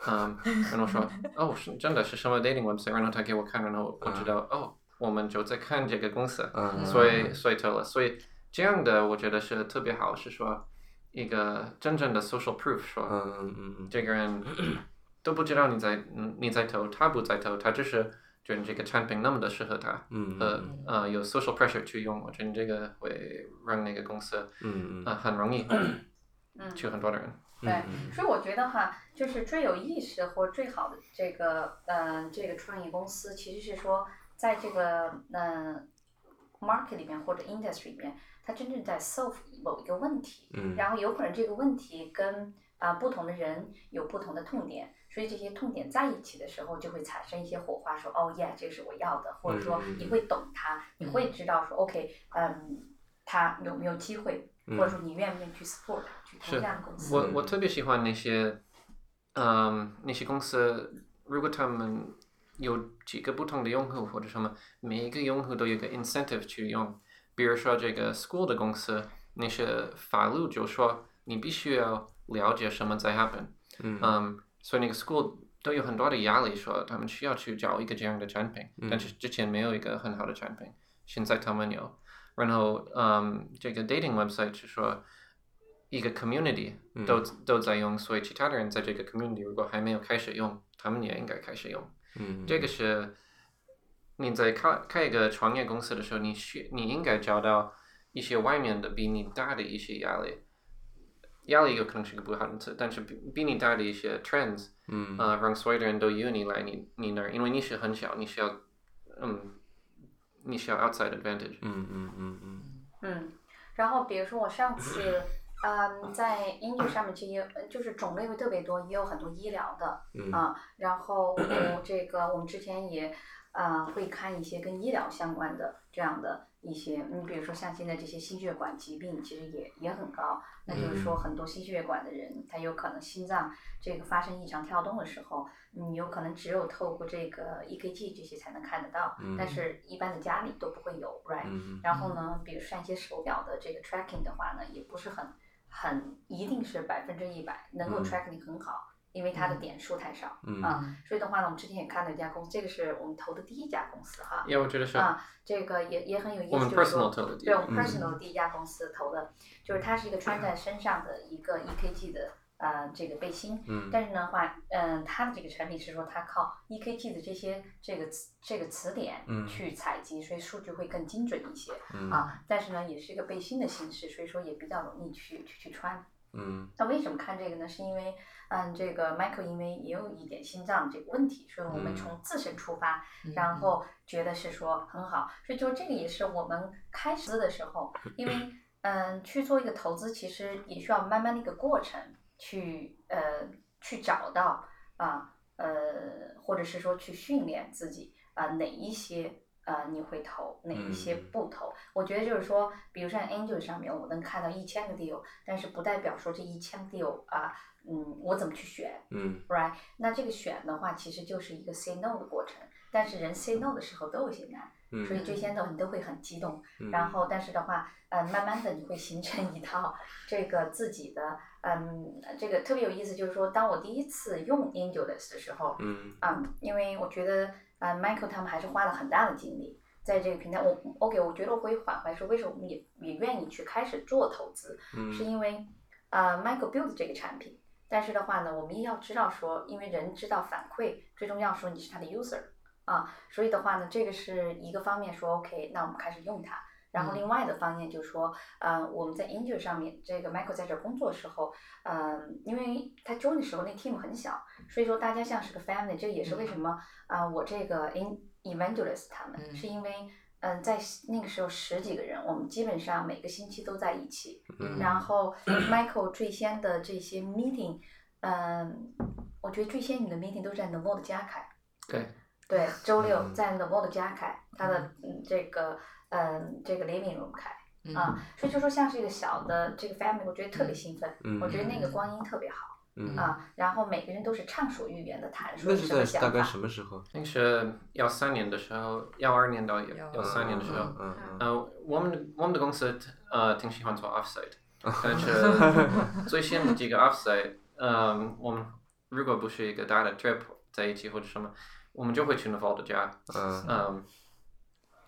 S4: 嗯，然后我说哦，是真的是什么 dating website？然后他给我看，然后我知道、哦，我们就在看这个公司，
S1: 嗯，
S4: 所以所以投了，所以这样的我觉得是特别好，是说一个真正的 social proof，说、
S1: 嗯嗯嗯嗯
S4: 这个人都不知道你在嗯你在投，他不在投，他只是觉得这个产品那么的适合他，
S1: 嗯
S4: 呃
S1: 嗯
S4: 呃有 social pressure 去用，我觉得这个会让那个公司
S1: 嗯嗯
S4: 呃很容易
S3: 嗯，
S4: 去很多的人，
S3: 对
S1: 嗯
S3: 所以我觉得哈，就是最有意识或最好的这个，嗯、这个创业公司其实是说，在这个嗯、market 里面或者 industry 里面，它真正在 solve 某一个问题，
S1: 嗯
S3: 然后有可能这个问题跟啊、不同的人有不同的痛点，所以这些痛点在一起的时候，就会产生一些火花，说哦耶，这是我要的，或者说
S1: 嗯嗯嗯
S3: 你会懂它，你会知道说 OK，嗯，它有没有机会，或
S1: 嗯
S3: 者说你愿不愿意去 support 它，去投
S4: 是
S3: 这样的公司。
S4: 我我特别喜欢那些，嗯，那些公司，如果他们有几个不同的用户或者什么，每一个用户都有一个 incentive 去用。比如说这个 school 的公司，那些法律就说你必须要了解什么在 happen，
S1: 嗯
S4: 嗯，所以那个 school 都有很多的压力，说他们需要去找一个这样的产品，但是之前没有一个很好的产品，现在他们有。然后，嗯，这个 dating website 是说一个 community 都、都在用，所以其他的人在这个 community 如果还没有开始用，他们也应该开始用。
S1: 嗯
S4: 这个是你在开开一个创业公司的时候，你需你应该找到一些外面的比你大的一些压力，压力有可能是个不好的词，但是比比你大的一些 trends，
S1: 嗯
S4: 呃，让所有的人都以为你来你你那儿，因为你是很小，你需要嗯，你需要 outside advantage，
S1: 嗯嗯嗯嗯
S3: 嗯，然后比如说我上次，嗯，在 i n d 上面其实也就是种类会特别多，也有很多医疗的
S1: 嗯
S3: 啊，然后我这个我们之前也啊、呃会看一些跟医疗相关的这样的一些，你、比如说像现在这些心血管疾病其实也也很高，那就是
S1: 嗯
S3: 说很多心血管的人他有可能心脏这个发生异常跳动的时候，你有可能只有透过这个 EKG 这些才能看得到，但
S1: 嗯
S3: 是一般的家里都不会有，right？
S1: 嗯
S3: 然后呢，比如像一些手表的这个 tracking 的话呢，也不是很很一定是百分之一百能够
S1: 嗯
S3: track 你很好，因为它的点数太少。
S1: 嗯
S3: 啊所以的话呢，我们之前也看到一家公司，这个是我们投的第一家公司哈，
S4: Yeah，我觉得是。
S3: 啊，这个也也很有意
S4: 我们
S3: 思，就是说
S4: personal 投的第一
S3: 对我
S1: 嗯
S3: 们 personal 第一家公司投的，就是它是一个穿在身上的一个 EKG 的呃这个背心，
S1: 嗯
S3: 但是呢话，嗯、它的这个产品是说它靠 EKG 的这些这个词这个词典
S1: 嗯
S3: 去采集，所以数据会更精准一些
S1: 嗯
S3: 啊，但是呢也是一个背心的形式，所以说也比较容易去去去穿。
S1: 嗯
S3: 那为什么看这个呢？是因为，嗯，这个 Michael 因为也有一点心脏这个问题，所以我们
S1: 嗯
S3: 从自身出发，
S2: 嗯
S3: 然后觉得是说很好，所以就这个也是我们开始的时候，因 为嗯，去做一个投资，其实也需要慢慢的一个过程去呃去找到啊呃或者是说去训练自己啊、哪一些。呃，你会投哪一些
S1: 嗯
S3: 不投？我觉得就是说，比如像 Angel 上面，我能看到一千个 deal，但是不代表说这一千 deal 啊、嗯，我怎么去选？
S1: 嗯
S3: right？那这个选的话，其实就是一个 say no 的过程。但是人 say no 的时候都有些难，
S1: 嗯，
S3: 所以最先的你都会很激动，
S1: 嗯
S3: 然后但是的话，呃，慢慢的你会形成一套这个自己的，嗯，这个特别有意思，就是说，当我第一次用 Angelus 的时候，
S1: 嗯
S3: 嗯，因为我觉得，呃，Michael 他们还是花了很大的精力在这个平台。我 OK，我觉得我会缓怀说，为什么我们也也愿意去开始做投资，是
S1: 嗯
S3: 因为呃，Michael build 这个产品，但是的话呢，我们也要知道说，因为人知道反馈，最重要说你是他的 user 啊，所以的话呢，这个是一个方面说 OK，那我们开始用它。然后
S2: 嗯
S3: 另外的方面就是说，呃，我们在 Angel 上面，这个 Michael 在这儿工作的时候，呃，因为他 join 的时候那 team 很小，所以说大家像是个 family，这也是为什么啊、我这个 in evangelist 他们、
S2: 嗯
S3: 是因为，嗯、在那个时候十几个人，我们基本上每个星期都在一起，
S1: 嗯
S3: 然 后 Michael 最先的这些 meeting，嗯、我觉得最先你的 meeting 都是在 Novo 的家开，
S4: 对，
S3: 对，周六
S1: 嗯
S3: 在 Novo 的家开，他的嗯这个嗯、这个 living room 开
S2: 嗯
S3: 啊、所以就说像是一个小的这个 family，我觉得特别兴奋，
S1: 嗯嗯
S3: 我觉得那个光阴特别好
S1: 嗯，
S3: 啊、然后每个人都是畅所欲言的谈说
S1: 那
S3: 你
S1: 是
S3: 什么
S1: 在
S3: 想
S1: 大
S3: 法，
S1: 概什么时候？
S4: 那是幺三年的时候，幺二年到幺幺三年的时候，
S1: 嗯嗯
S4: 呃，我们我们的公司呃挺喜欢做 offsite，但是最先的这个 offsite，嗯，我们如果不是一个大的 trip 在一起或者什么，我们就会去 n a v a l 的家，
S1: 嗯，
S4: 嗯，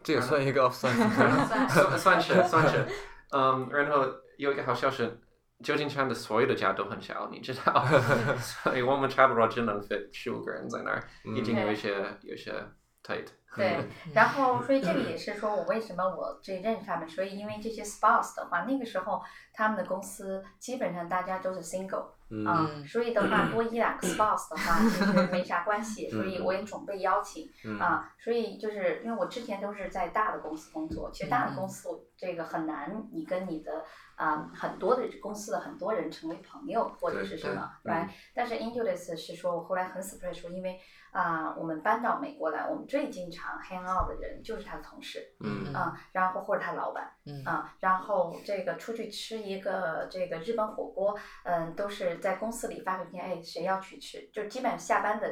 S1: 这也算一个 offside。
S4: 算算是算是，嗯，然后有一个好消息，旧金山的所有的家都很小，你知道，所以我们差不多只能 fit 十五个人在那儿，
S1: 嗯
S4: 已经有一些有一些 tight，
S3: 对，然
S1: 嗯
S3: 后所以这个也是说我为什么我这认识他们，所以因为这些 spouse 的话，那个时候他们的公司基本上大家都是 single 啊、
S1: 嗯
S3: 所以的话多一两个 spouse 的话其实没啥关系，所以我也总被邀请
S1: 嗯
S3: 啊、所以就是因为我之前都是在大的公司工作，其实大的
S1: 嗯
S3: 公司我这个很难，你跟你的啊、很多的公司的很多人成为朋友或者
S1: 对
S3: 是什
S1: 对
S3: 么
S1: 嗯
S3: ，right？但是 Angelus 是说，我后来很 surprise 说，因为啊、我们搬到美国来，我们最经常 hang out 的人就是他的同事
S1: 嗯
S3: 啊、然后或者他老板
S2: 嗯
S3: 啊、然后这个出去吃一个这个日本火锅，嗯、都是在公司里发个信，哎，谁要去吃？就基本上下班的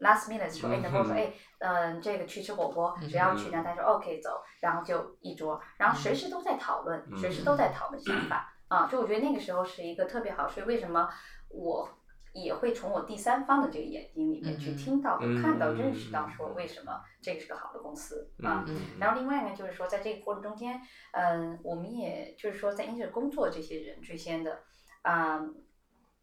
S3: last minute 说，哎，
S1: 嗯
S3: 能跟我说，
S1: 哼嗯
S3: 哎，嗯、这个去吃火锅，谁要去呢？他说 OK 走，然后就一桌，然后随时都在讨论，
S1: 嗯
S3: 随时都在讨论想法。啊，所以我觉得那个时候是一个特别好，所以为什么我也会从我第三方的这个眼睛里面去
S2: 嗯
S3: 听到、
S1: 嗯
S3: 看到、
S1: 嗯
S3: 认识到，说
S1: 嗯
S3: 为什么这个是个好的公司啊。
S1: 嗯
S3: 然后另外呢，就是说在这个过程中间，嗯、我们也就是说在英式工作这些人最先的，啊、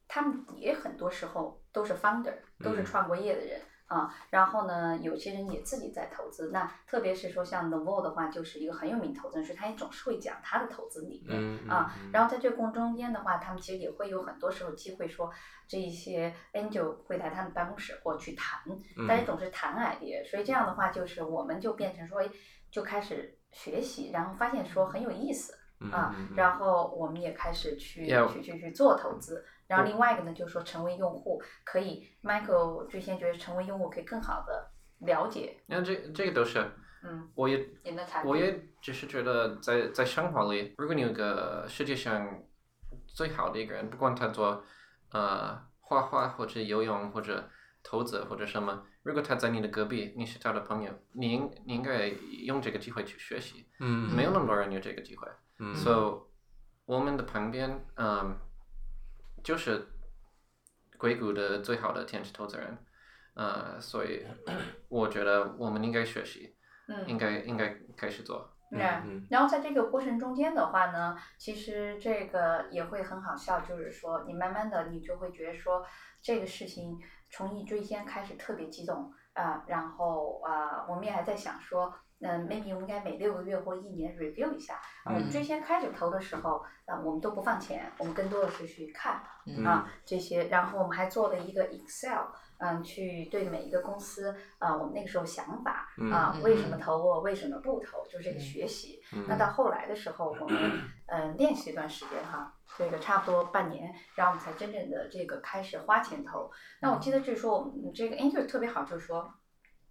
S3: 他们也很多时候都是 founder，都是
S1: 嗯
S3: 创过业的人。啊，然后呢，有些人也自己在投资。那特别是说像 Novo 的话，就是一个很有名的投资人，所以他也总是会讲他的投资理念。
S1: 嗯
S3: 啊，然后在这个过程中间的话，他们其实也会有很多时候机会说，这一些 angel 会来他们办公室或去谈，
S1: 嗯
S3: 但是总是谈 idea，所以这样的话就是我们就变成说，哎就开始学习，然后发现说很有意思
S1: 嗯
S3: 啊，然后我们也开始去
S4: Yeah
S3: 去去去做投资。然后另外一个呢，就是说成为用户可以，Michael 最先觉得成为用户可以更好的了解，
S4: 那这这个都是，
S3: 嗯，
S4: 我也
S3: 您的产
S4: 我
S3: 品，
S4: 也只是觉得在在生活里，如果你有个世界上最好的一个人，不管他做呃画画或者游泳或者投资或者什么，如果他在你的隔壁，你是他的朋友，你应你应该用这个机会去学习，
S1: 嗯
S4: 没有那么多人有这个机会。
S1: 嗯
S4: So 我们的旁边，嗯，就是呃硅谷的最好的天使投资人，呃，所以我觉得我们应该学习，应
S3: 嗯，
S4: 该应该开始做。
S3: 对。
S1: 嗯
S3: 然后在这个过程中间的话呢，其实这个也会很好笑，就是说你慢慢的你就会觉得说这个事情从一追先开始特别激动啊、然后啊、我们也还在想说，嗯、m a y b e 我们应该每六个月或一年 review 一下。呃
S1: 嗯
S3: 追先开始投的时候，啊、我们都不放钱，我们更多的是去看。
S1: 嗯
S3: 啊这些，然后我们还做了一个 Excel，嗯，去对每一个公司啊、我们那个时候想法
S1: 嗯
S3: 啊、
S2: 嗯
S3: 为什么投我，为什么不投，就这个
S2: 嗯
S3: 学习。
S1: 嗯
S3: 那到后来的时候，我们嗯、呃练习一段时间哈，这个差不多半年，然后我们才真正的这个开始花钱投。那我记得就是说，我们这个 Angel 特别好，就是说，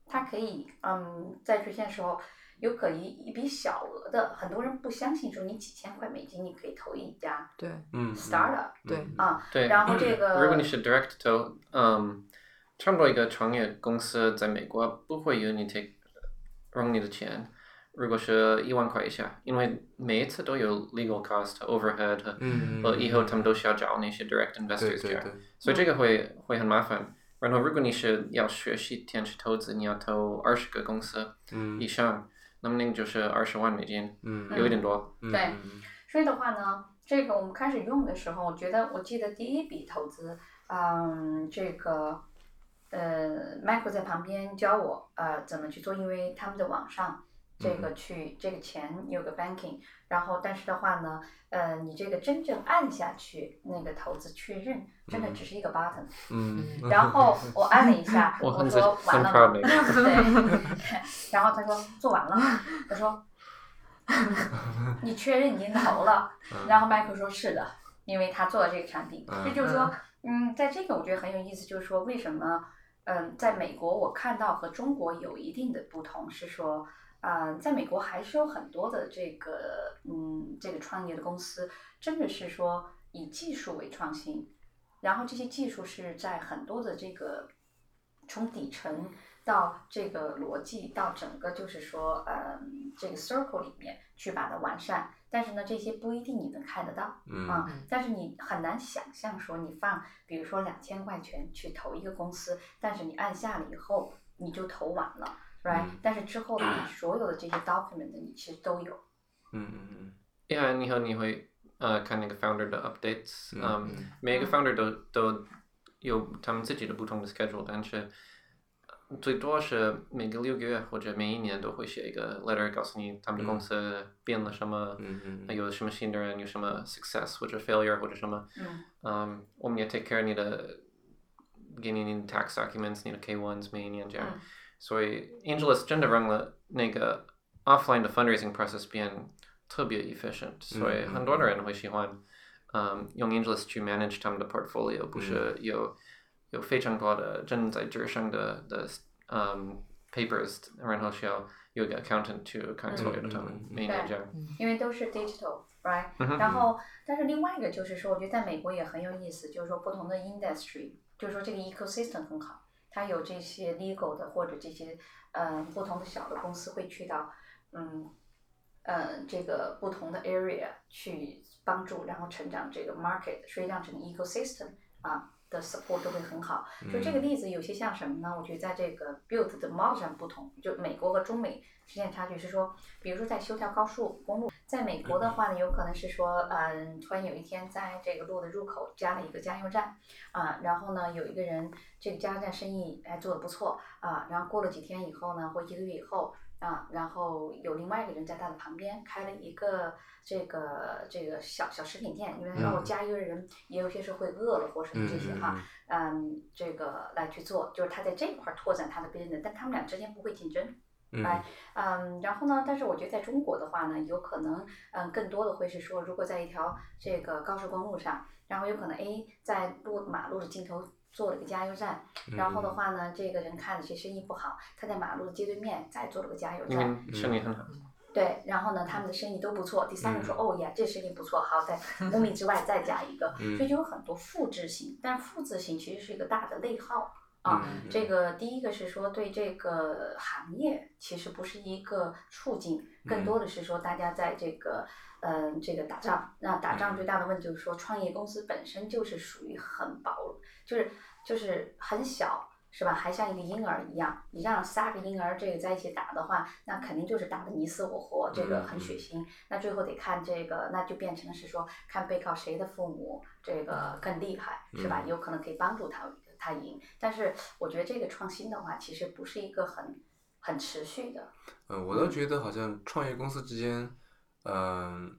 S3: 它可以嗯在追现的时候。有可一一笔小额的，很多人不相信，说你几千块美金你可以投一家
S2: 对，
S1: 嗯
S3: startup，、
S2: 对
S1: 嗯
S3: 啊
S4: 对，
S3: 然后这个
S4: 如果你是 direct to，嗯，差不多一个创业公司在美国不会有你 take 融你的钱，如果是一万块以下，因为每一次都有 legal cost、overhead，和
S1: 嗯
S4: 和以后他们都需要找那些 direct
S1: 对
S4: investors 这
S1: 对
S4: 样
S1: 对，
S4: 所以这个会会很麻烦。然后如果你是要学习天使投资，你要投二十个公司以
S1: 嗯
S4: 上，那么那个就是二十万美金，
S1: 嗯
S4: 有一点多。
S1: 嗯
S3: 对
S1: 嗯
S3: 所以的话呢，这个我们开始用的时候，我觉得我记得第一笔投资，嗯，这个呃，Michael 在旁边教我呃怎么去做，因为他们的网上这个去这个钱有个 banking，然后但是的话呢，呃，你这个真正按下去那个投资确认，真的只是一个 button，、
S1: 嗯嗯，
S3: 然 后我按了一下，
S4: 我很
S3: 说
S4: 自
S3: 完了
S4: 很
S3: 吗，
S4: proud
S3: 对， 然后他说做完了吗，我 说你确认已经投了，
S4: 嗯
S3: 然后麦克说是的，因为他做了这个产品，
S1: 嗯
S3: 这就是说，嗯，在这个我觉得很有意思，就是说为什么，嗯，在美国我看到和中国有一定的不同，是说。啊、在美国还是有很多的这个，嗯，这个创业的公司，真的是说以技术为创新，然后这些技术是在很多的这个从底层到这个逻辑到整个就是说，嗯，这个 circle 里面去把它完善。但是呢，这些不一定你能看得到啊、
S1: 嗯
S2: 嗯
S3: 但是你很难想象说你放，比如说两千块钱去投一个公司，但是你按下了以后你就投完了，right？、
S1: 嗯
S3: 但是之后你所有的这些 document 你其实都有，
S1: 嗯嗯
S4: Yeah，你和你会呃看那个 uh, founder 的 updates，
S1: 嗯
S4: 嗯，
S1: 嗯
S4: 每一个 founder 都都有他们自己的不同的 schedule，但是最多是每个六个月或者每一年都会写一个 letter 告诉你他们的公司变了什么，
S1: 嗯嗯嗯
S4: 有什么新的人，有什么 success 或者 failure 或者什么，
S3: 嗯
S4: 嗯，我们也 Um, take care 你的，给你你的 tax documents，你的 K ones 每一年这样。
S3: 嗯
S4: 所以 Angelus 真的让了那个 offline 的 fundraising process 变特别 efficient，、所以
S1: 嗯
S4: 很多的人会喜欢，嗯，用 Angelus 去 manage 他们的 portfolio，不是有、有非常多的正在执行的的嗯 um, papers，然后需要有一个 accountant 去看所有的他们、
S1: 嗯嗯嗯
S4: 每一年这样。
S3: 因为都是 digital，right？
S4: 嗯哼
S3: 然后，但是另外一个就是说，我觉得在美国也很有意思，就是说不同的 industry，就是说这个 ecosystem 很好，它有这些 legal 的或者这些呃不同的小的公司会去到嗯呃这个不同的 area 去帮助，然后成长这个 market，所以让整个 ecosystem 啊。的 support 都会很好，就这个例子有些像什么呢？我觉得在这个 build 的 model 上不同，就美国和中美之间的差距是说，比如说在修条高速公路，在美国的话呢，有可能是说，嗯，突然有一天在这个路的入口加了一个加油站，啊，然后呢，有一个人这个加油站生意哎做的不错啊，然后过了几天以后呢，或一个月以后啊，然后有另外一个人在他的旁边开了一个这个这个小小食品店，因为然后
S1: 嗯
S3: 加油的人也有些时候会饿了或什么这些哈，
S1: 嗯
S3: 嗯，这个来去做，就是他在这一块儿拓展他的 business，但他们俩之间不会竞争。
S1: 嗯
S3: 哎嗯，然后呢？但是我觉得在中国的话呢，有可能，嗯，更多的会是说，如果在一条这个高速公路上，然后有可能 A 在路马路的尽头做了个加油站，
S1: 嗯
S3: 然后的话呢，这个人看了这生意不好，他在马路的街对面再做了个加油
S4: 你
S3: 站，
S4: 们生意很好，
S3: 对，然后呢，他们的生意都不错。第三个说，哦呀，这生意不错，好，在五米之外再加一个，
S1: 嗯
S3: 所以就有很多复制性，但复制性其实是一个大的内耗。啊。
S1: 嗯
S3: 这个第一个是说对这个行业其实不是一个促进，更多的是说大家在这个嗯、呃这个打仗。那打仗最大的问题就是说，创业公司本身就是属于很薄，就是就是很小。是吧？还像一个婴儿一样，你让仨个婴儿这个在一起打的话，那肯定就是打的你死我活，这个很血腥。那最后得看这个，那就变成是说看被告谁的父母这个更厉害，是吧？
S1: 嗯
S3: 有可能可以帮助他他赢。但是我觉得这个创新的话，其实不是一个很很持续的。
S1: 嗯，我倒觉得好像创业公司之间，嗯、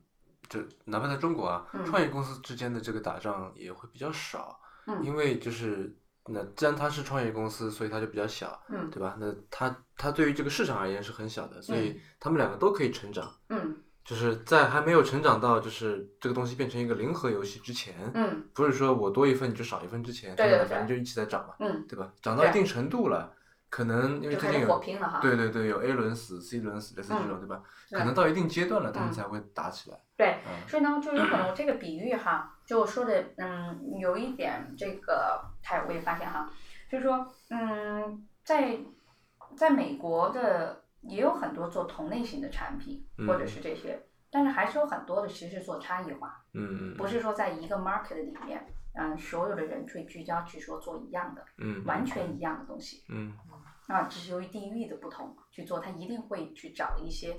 S1: 就哪怕在中国啊，
S3: 嗯
S1: 创业公司之间的这个打仗也会比较少，
S3: 嗯
S1: 因为就是那既然它是创业公司，所以它就比较小，
S3: 嗯
S1: 对吧？那它它对于这个市场而言是很小的，所以他们两个都可以成长。
S3: 嗯
S1: 就是在还没有成长到就是这个东西变成一个零和游戏之前，
S3: 嗯
S1: 不是说我多一份你就少一份之前，
S3: 对
S1: 他们
S3: 对
S1: 反正就一起在涨嘛，
S3: 嗯，
S1: 对吧？涨到一
S3: 对
S1: 定程度了，可能因为最
S3: 就开
S1: 近
S3: 始
S1: 有
S3: 火拼
S2: 啊
S3: 了哈。
S1: 对对对，有 A 轮死、C 轮死类似
S2: 嗯
S1: 这种，对吧？
S3: 对
S1: 可能到一定阶段了，他们
S3: 嗯
S1: 才会打起来。
S3: 对
S1: 嗯
S3: 所以呢，就有可能这个比喻哈，就我说的，嗯，有一点这个，哎，我也发现哈，就是说，嗯，在在美国的也有很多做同类型的产品，
S1: 嗯
S3: 或者是这些，但是还是有很多的其实是做差异化，
S1: 嗯
S3: 不是说在一个 market 里面，嗯，所有的人去聚焦去说做一样的，
S1: 嗯
S3: 完全一样的东西。
S1: 嗯
S3: 啊，只是由于地域的不同去做，他一定会去找一些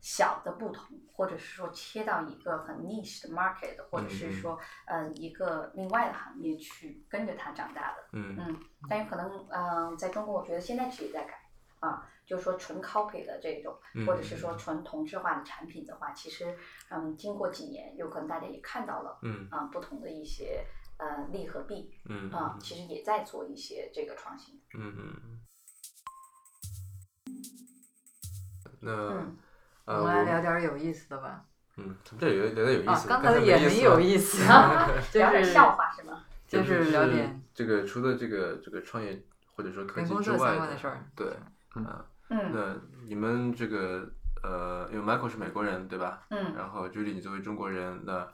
S3: 小的不同，或者是说切到一个很 niche 的 market，或者
S1: 嗯
S3: 是说呃一个另外的行业去跟着它长大的。
S1: 嗯嗯
S3: 嗯，但有可能呃，在中国，我觉得现在其实在改啊，就是说纯 copy 的这种，
S1: 嗯
S3: 或者是说纯同质化的产品的话，其实嗯，经过几年，有可能大家也看到了
S1: 嗯
S3: 啊、不同的一些呃利和弊
S1: 嗯
S3: 啊、其实也在做一些这个创新。
S1: 嗯嗯。那
S3: 嗯
S2: 我
S1: 呃，
S2: 们来
S1: 我
S2: 聊点儿有意思的吧。
S1: 嗯，咱们这里聊聊点有意
S2: 啊，
S1: 思的，
S2: 刚
S1: 才
S2: 才
S1: 没
S2: 也
S1: 意
S2: 很
S1: 思
S2: 有
S1: 啊
S2: 意思， 就
S3: 聊点
S2: 是
S3: 笑话是吗？
S2: 就
S1: 就是
S2: 聊点
S1: 这个除了这个这个创业或者说科
S2: 跟
S1: 技
S2: 工
S1: 之
S2: 作相
S1: 外
S2: 关的事儿。
S1: 对，
S4: 嗯
S1: 啊，
S3: 嗯
S1: 那你们这个呃，因为 Michael 是美国人对吧？
S3: 嗯
S1: 然后 Julie 你作为中国人，那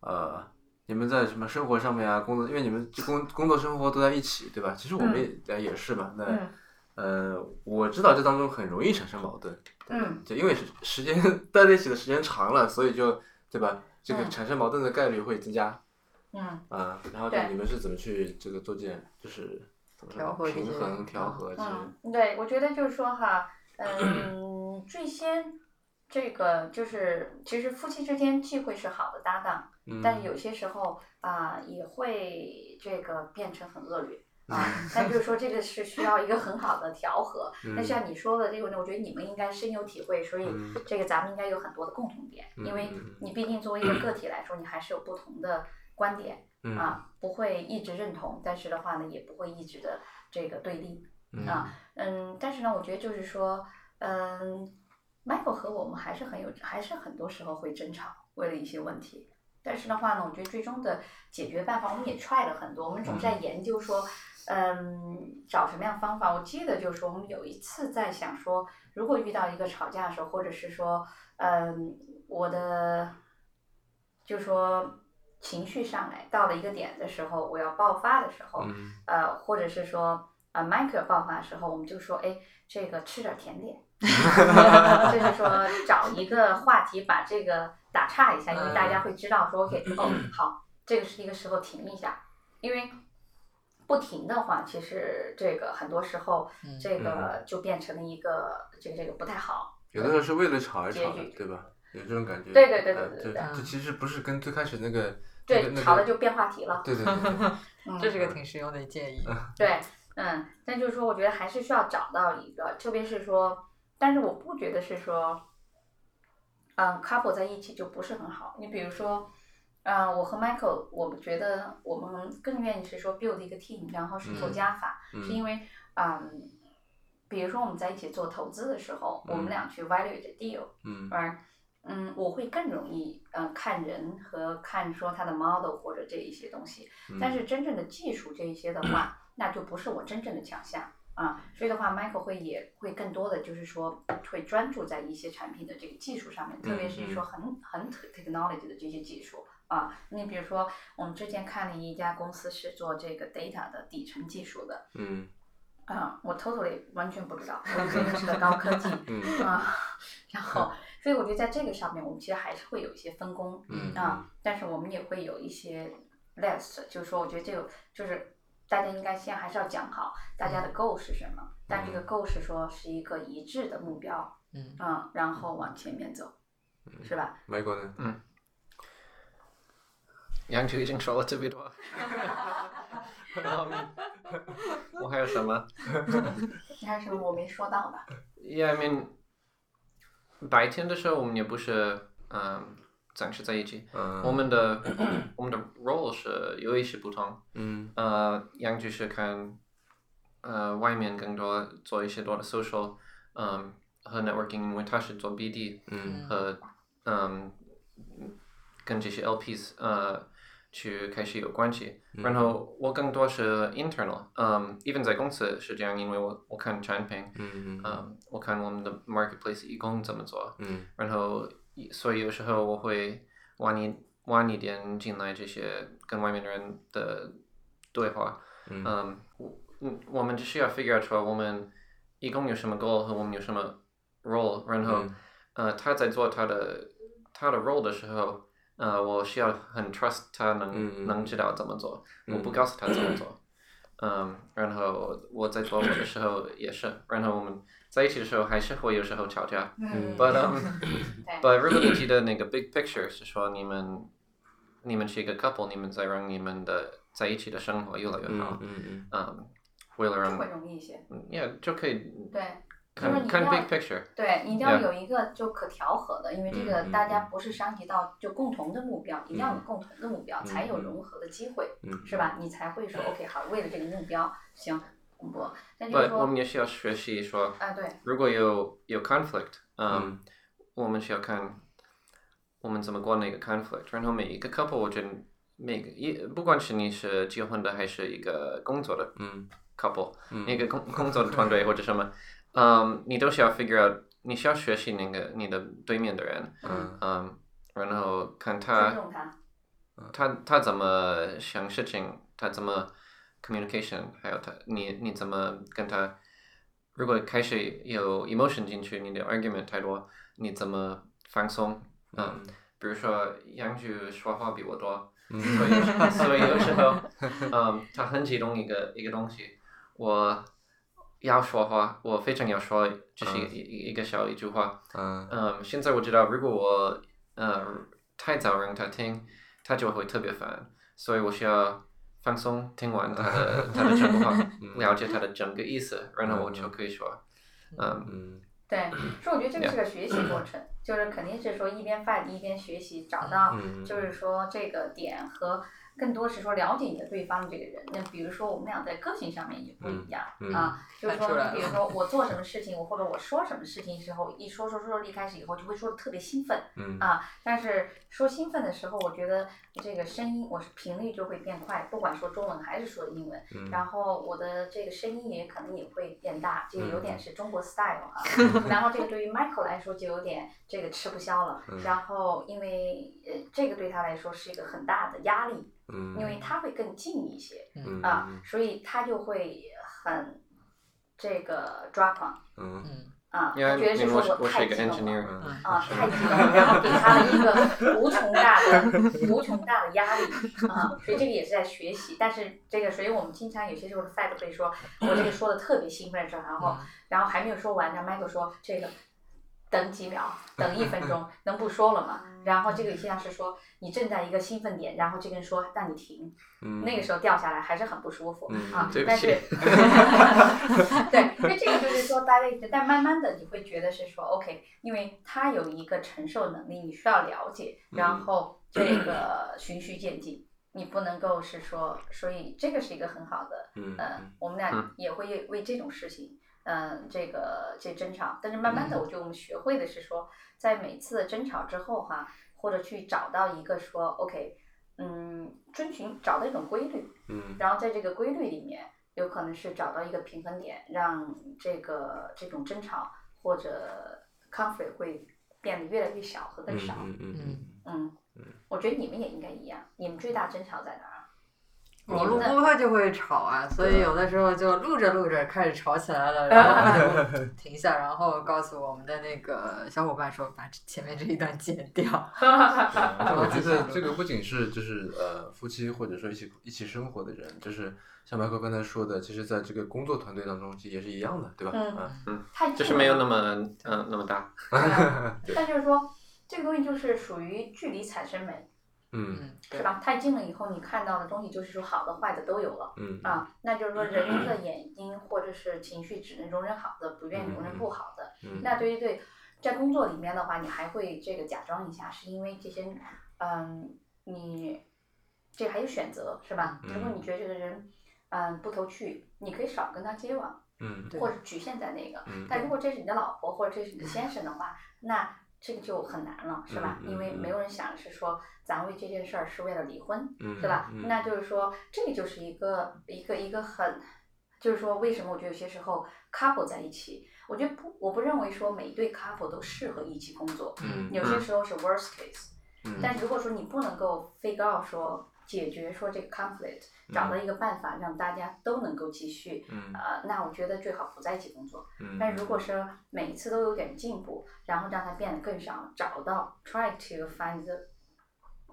S1: 呃，你们在什么生活上面啊，工作，因为你们这工工作生活都在一起，对吧？其实我们也、也是吧。那、
S3: 嗯
S1: 呃，我知道这当中很容易产生矛盾，
S3: 嗯
S1: 就因为时时间待在一起的时间长了，所以就对吧？这个
S3: 嗯
S1: 产生矛盾的概率会增加
S3: 嗯
S1: 啊、然后就
S3: 对
S1: 你们是怎么去这个做件，就是怎么说
S2: 调和这
S1: 平
S2: 些
S1: 衡调和这些？
S3: 嗯，对，我觉得就是说哈，嗯，最先这个就是，其实夫妻之间既会是好的搭档，
S1: 嗯，
S3: 但是有些时候啊、也会这个变成很恶劣。
S1: 嗯
S3: 啊，但就是说这个是需要一个很好的调和。那
S1: 嗯
S3: 像你说的这个呢，我觉得你们应该深有体会，所以
S1: 嗯
S3: 这个咱们应该有很多的共同点，因为
S1: 嗯嗯嗯
S3: 你毕竟作为一个个体来说，你还是有不同的观点，
S1: 嗯
S3: 啊，不会一直认同，但是的话呢，也不会一直的这个对立。
S1: 嗯
S3: 啊嗯，但是呢，我觉得就是说，嗯，Michael 和我们还是很有，还是很多时候会争吵，为了一些问题。但是的话呢，我觉得最终的解决办法，我们也 try 了很多，我们总在研究说，嗯，找什么样的方法。我记得就是说，我们有一次在想说，如果遇到一个吵架的时候，或者是说，嗯，我的，就说情绪上来到了一个点的时候，我要爆发的时候，
S1: 嗯
S3: 呃，或者是说呃 Michael 爆发的时候，我们就说，哎，这个吃点甜点， 就是说找一个话题把这个打岔一下，因为大家会知道
S1: 嗯
S3: 说，OK，哦，好，这个是一个时候停一下，因为。不停的话，其实这个很多时候，
S2: 嗯
S3: 这个就变成了一个这个这个不太好。
S1: 有的时候是为了吵而吵
S3: 结
S1: 的
S3: 局，
S1: 对吧？有这种感觉。
S3: 对对对对
S1: 呃
S3: 对
S1: 就
S3: 对
S2: 对
S1: 就其实不是跟最开始那个那
S3: 对
S1: 个，那
S3: 吵
S1: 个
S3: 了就变话题了。
S1: 对对对对，
S3: 嗯
S2: 这是个挺实用的建议。
S3: 对，嗯，但就是说，我觉得还是需要找到一个，特别是说，但是我不觉得是说，嗯，couple 在一起就不是很好。你比如说，嗯，我和 Michael，我们觉得我们更愿意是说 build 一个 team，然后是做
S1: 嗯
S3: 加法，是
S1: 嗯
S3: 因为，嗯，比如说我们在一起做投资的时候，我们
S1: 嗯
S3: 俩去 value 的 deal，
S1: 嗯
S3: 而嗯，我会更容易嗯看人和看说他的 model 或者这一些东西，
S1: 嗯
S3: 但是真正的技术这一些的 话，那就不是我真正的强项啊。所以的话，Michael 会也会更多的就是说会专注在一些产品的这个技术上面，特别
S1: 嗯
S3: 是
S1: 嗯
S3: 说很很 technology 的这些技术啊，你比如说，我们之前看了一家公司是做这个 data 的底层技术的，
S1: 嗯
S3: 啊，我 totally 完全不知道，我真的是个高科技
S1: 嗯
S3: 啊，然后，所以我觉得在这个上面，我们其实还是会有一些分工，
S1: 嗯
S3: 啊，但是我们也会有一些 list，就是说，我觉得这个就是大家应该先还是要讲好大
S1: 嗯
S3: 家的 goal 是什么，但这个 goal 是说是一个一致的目标，
S2: 嗯，
S3: 嗯，然后往前面走，
S1: 嗯
S3: 是吧？
S1: 美国呢？
S4: 杨就已经说了特别 多。 嗯我还有什么
S3: 你还有什么我没说到的？
S4: ？Yeah, I mean，白天的时候我们也不是嗯暂时在一起，
S1: 嗯，
S4: 我们的我们的 role 是有一些不同。
S1: 嗯
S4: 呃，杨就是看呃外面更多做一些多的 social，嗯，和 networking，因为他是做 BD
S1: 嗯
S4: 和嗯跟这些 LPs 呃去开始有关系。然后我更多是 internal，嗯，even 在公司是这样，因为我我看产品，
S1: 嗯嗯
S4: 嗯，我看我们的 marketplace 义工怎么做，
S1: 嗯
S4: 然后所以有时候我会挖你挖你点进来这些跟外面的人的对话，
S1: 嗯
S4: 嗯，我嗯我们只需要 figure out 出来我们一共有什么 goal 和我们有什么 role，然后、
S1: 嗯
S4: 呃他在做他的他的 role 的时候，呃我需要很 trust 他能、
S1: 嗯
S4: 能知道怎么做，我不
S1: 嗯
S4: 告诉他怎么做。嗯，然后我在做我的时候也是，然后我们在一起的时候还是会有时候吵架，
S1: 嗯
S4: But um,
S3: 对
S4: but 如果你记得那个 big picture 是说你们你们是一个 couple，你们在让你们的在一起的生活越来越好，
S1: 嗯嗯
S4: 嗯，为了
S3: 就会
S4: 让
S3: 容易一些。
S4: 嗯，yeah 就可以
S1: 嗯
S3: 对，就是
S4: 看
S3: 你
S4: 看
S3: 要
S4: big picture，
S3: 对，你一定要
S4: Yeah
S3: 有一个就可调和的，因为这个
S1: 嗯嗯
S3: 大家不是伤及到就共同的目标，一定要有
S1: 嗯
S3: 共同的目标，
S1: 嗯
S3: 才有
S1: 嗯
S3: 融合的机会，
S1: 嗯，
S3: 是吧？你才会说 OK 好，为了这个目标，行，不，但就是
S4: ，but 我
S3: 说
S4: 们也需要学习说，
S3: 啊，对，
S4: 如果有有 conflict，嗯 um,
S1: 嗯，
S4: 我们需要看我们怎么过那个 conflict，然后每一个 couple 我觉得每个一不管是你是结婚的还是一个工作的
S1: 嗯
S4: couple。
S1: 嗯
S4: 那个工工作的团队或者什么，嗯，你都需要 figure out，你需要学习那个你的对面的人，
S1: 嗯
S4: 嗯，然后看
S3: 尊
S4: 他
S3: 重他，
S4: 他他怎么想事情，他怎么 communication，还有他你你怎么跟他，如果开始有 emotion 进去，你的 argument 太多，你怎么放松？嗯，比如说杨局说话比我多，所以所以有时候，嗯，他很激动一个一个东西，我要说话，我非常要说，只是一一一个小一句话。
S1: 嗯
S4: 嗯，现在我知道，如果我呃太早让他听，他就会特别烦，所以我需要放松，听完他的他的整个话，了解他的整个意思，然后我就可以说，嗯
S1: 嗯
S3: 对，所以我觉得这个是个学习过程，就是肯定是说一边 fight 一边学习，找到
S1: 嗯
S3: 啊就是说这个点和更多是说了解你的对方这个人。那比如说我们俩在个性上面也不一样、
S1: 嗯嗯
S3: 啊，就是
S2: 看出
S3: 说
S2: 来了
S3: 你比如说我做什么事情，我或者我说什么事情时候，一说说说一开始以后就会说的特别兴奋，
S1: 嗯
S3: 啊，但是说兴奋的时候，我觉得这个声音，我是频率就会变快，不管说中文还是说英文，
S1: 嗯
S3: 然后我的这个声音也可能也会变大，这个有点
S1: 嗯
S3: 是中国 style 啊。然后这个对于 Michael 来说就有点这个吃不消了，
S1: 嗯
S3: 然后因为呃这个对他来说是一个很大的压力，
S1: 嗯，
S3: 因为他会更近一些
S1: 嗯
S3: 啊，所以他就会很这个抓狂
S1: 嗯
S2: 嗯
S3: 啊，
S4: 因为
S3: 他觉得
S4: 因
S3: 是
S4: 为
S3: 说
S4: 我是我是
S3: 太
S4: 一个
S3: 激动了。
S4: engineer，
S1: 嗯
S2: 嗯
S3: 啊，太激动了，然后给他了一个无穷大的、无穷大的压力啊，所以这个也是在学习。但是这个，所以我们经常有些时候的 fat 会说，我这个说的特别兴奋的时候，然后然后还没有说完，然后 Michael 说这个等几秒，等一分钟，能不说了吗？然后这个就像是说你正在一个兴奋点，然后这个人说让你停，
S1: 嗯
S3: 那个时候掉下来还是很不舒服、
S1: 嗯
S3: 啊
S4: 对。不
S3: 但
S4: 起
S3: 是， 对，因为这个就是说大家一直，但慢慢的你会觉得是说 OK，因为他有一个承受能力，你需要了解，
S4: 嗯
S3: 然后这个循序渐进。你不能够是说，所以这个是一个很好的，
S1: 嗯
S3: 呃，我们俩
S4: 嗯
S3: 也会为这种事情，嗯、这个这争吵。但是慢
S4: 嗯
S3: 慢的，我觉得我们学会的是说，在每次的争吵之后哈、或者去找到一个说 OK，嗯，遵循找到一种规律，
S1: 嗯
S3: 然后在这个规律里面，有可能是找到一个平衡点，让这个这种争吵或者 conflict 会变得越来越小和更少。
S1: 嗯嗯
S2: 嗯
S3: 嗯，我觉得你们也应该一样，你们最大争吵在哪儿？
S2: 网
S3: 你
S2: 络
S3: 们的
S2: 播客就会吵啊，所以有的时候就录着录着开始吵起来了，然后我们就停下，然后告诉我们的那个小伙伴说把前面这一段剪掉。
S1: 但我觉 得这个不仅是就是呃夫妻或者说一起一起生活的人，就是像麦克刚才说的，其实在这个工作团队当中其实也是一样的，对吧？
S3: 嗯
S1: 啊
S3: 太
S4: 就
S3: 近
S4: 是
S3: 了
S4: 没有那么嗯、呃那么大。
S3: 对啊但就是说，这个东西就是属于距离产生美，
S1: 嗯
S2: 嗯，对
S3: 是？吧？太近了以后，你看到的东西就是说好的、坏的都有了
S1: 嗯
S3: 啊。那就是说，人的眼睛或者是情绪只能容忍好的，不愿意容
S1: 嗯嗯
S3: 忍不好的。
S1: 嗯，
S3: 那对于对，在工作里面的话，你还会这个假装一下，是因为这些，嗯，你这还有选择是吧？
S1: 嗯
S3: 如果你觉得这个人，嗯，不投趣，你可以少跟他接往。
S1: 嗯
S2: 对
S3: 或者局限在那个
S1: 嗯。
S3: 但如果这是你的老婆或者这是你的先生的话，那这个就很难了，是吧？
S1: 嗯嗯
S3: 因为没有人想是说咱为这件事儿是为了离婚，
S1: 嗯，
S3: 是吧？
S1: 嗯
S3: 那就是说，这个就是一个一个一个很，就是说为什么我觉得有些时候 couple 在一起，我觉得不，我不认为说每一对 couple 都适合一起工作，
S1: 嗯
S3: 有些时候是 worst case。
S1: 嗯
S3: 但如果说你不能够 figure out 说解决说这个 conflict，找到一个办法让大家都能够继续，
S1: 嗯
S3: 呃，那我觉得最好不在一起工作。
S1: 嗯，
S3: 但如果是每一次都有点进步，然后让它变得更少，找到 try to find the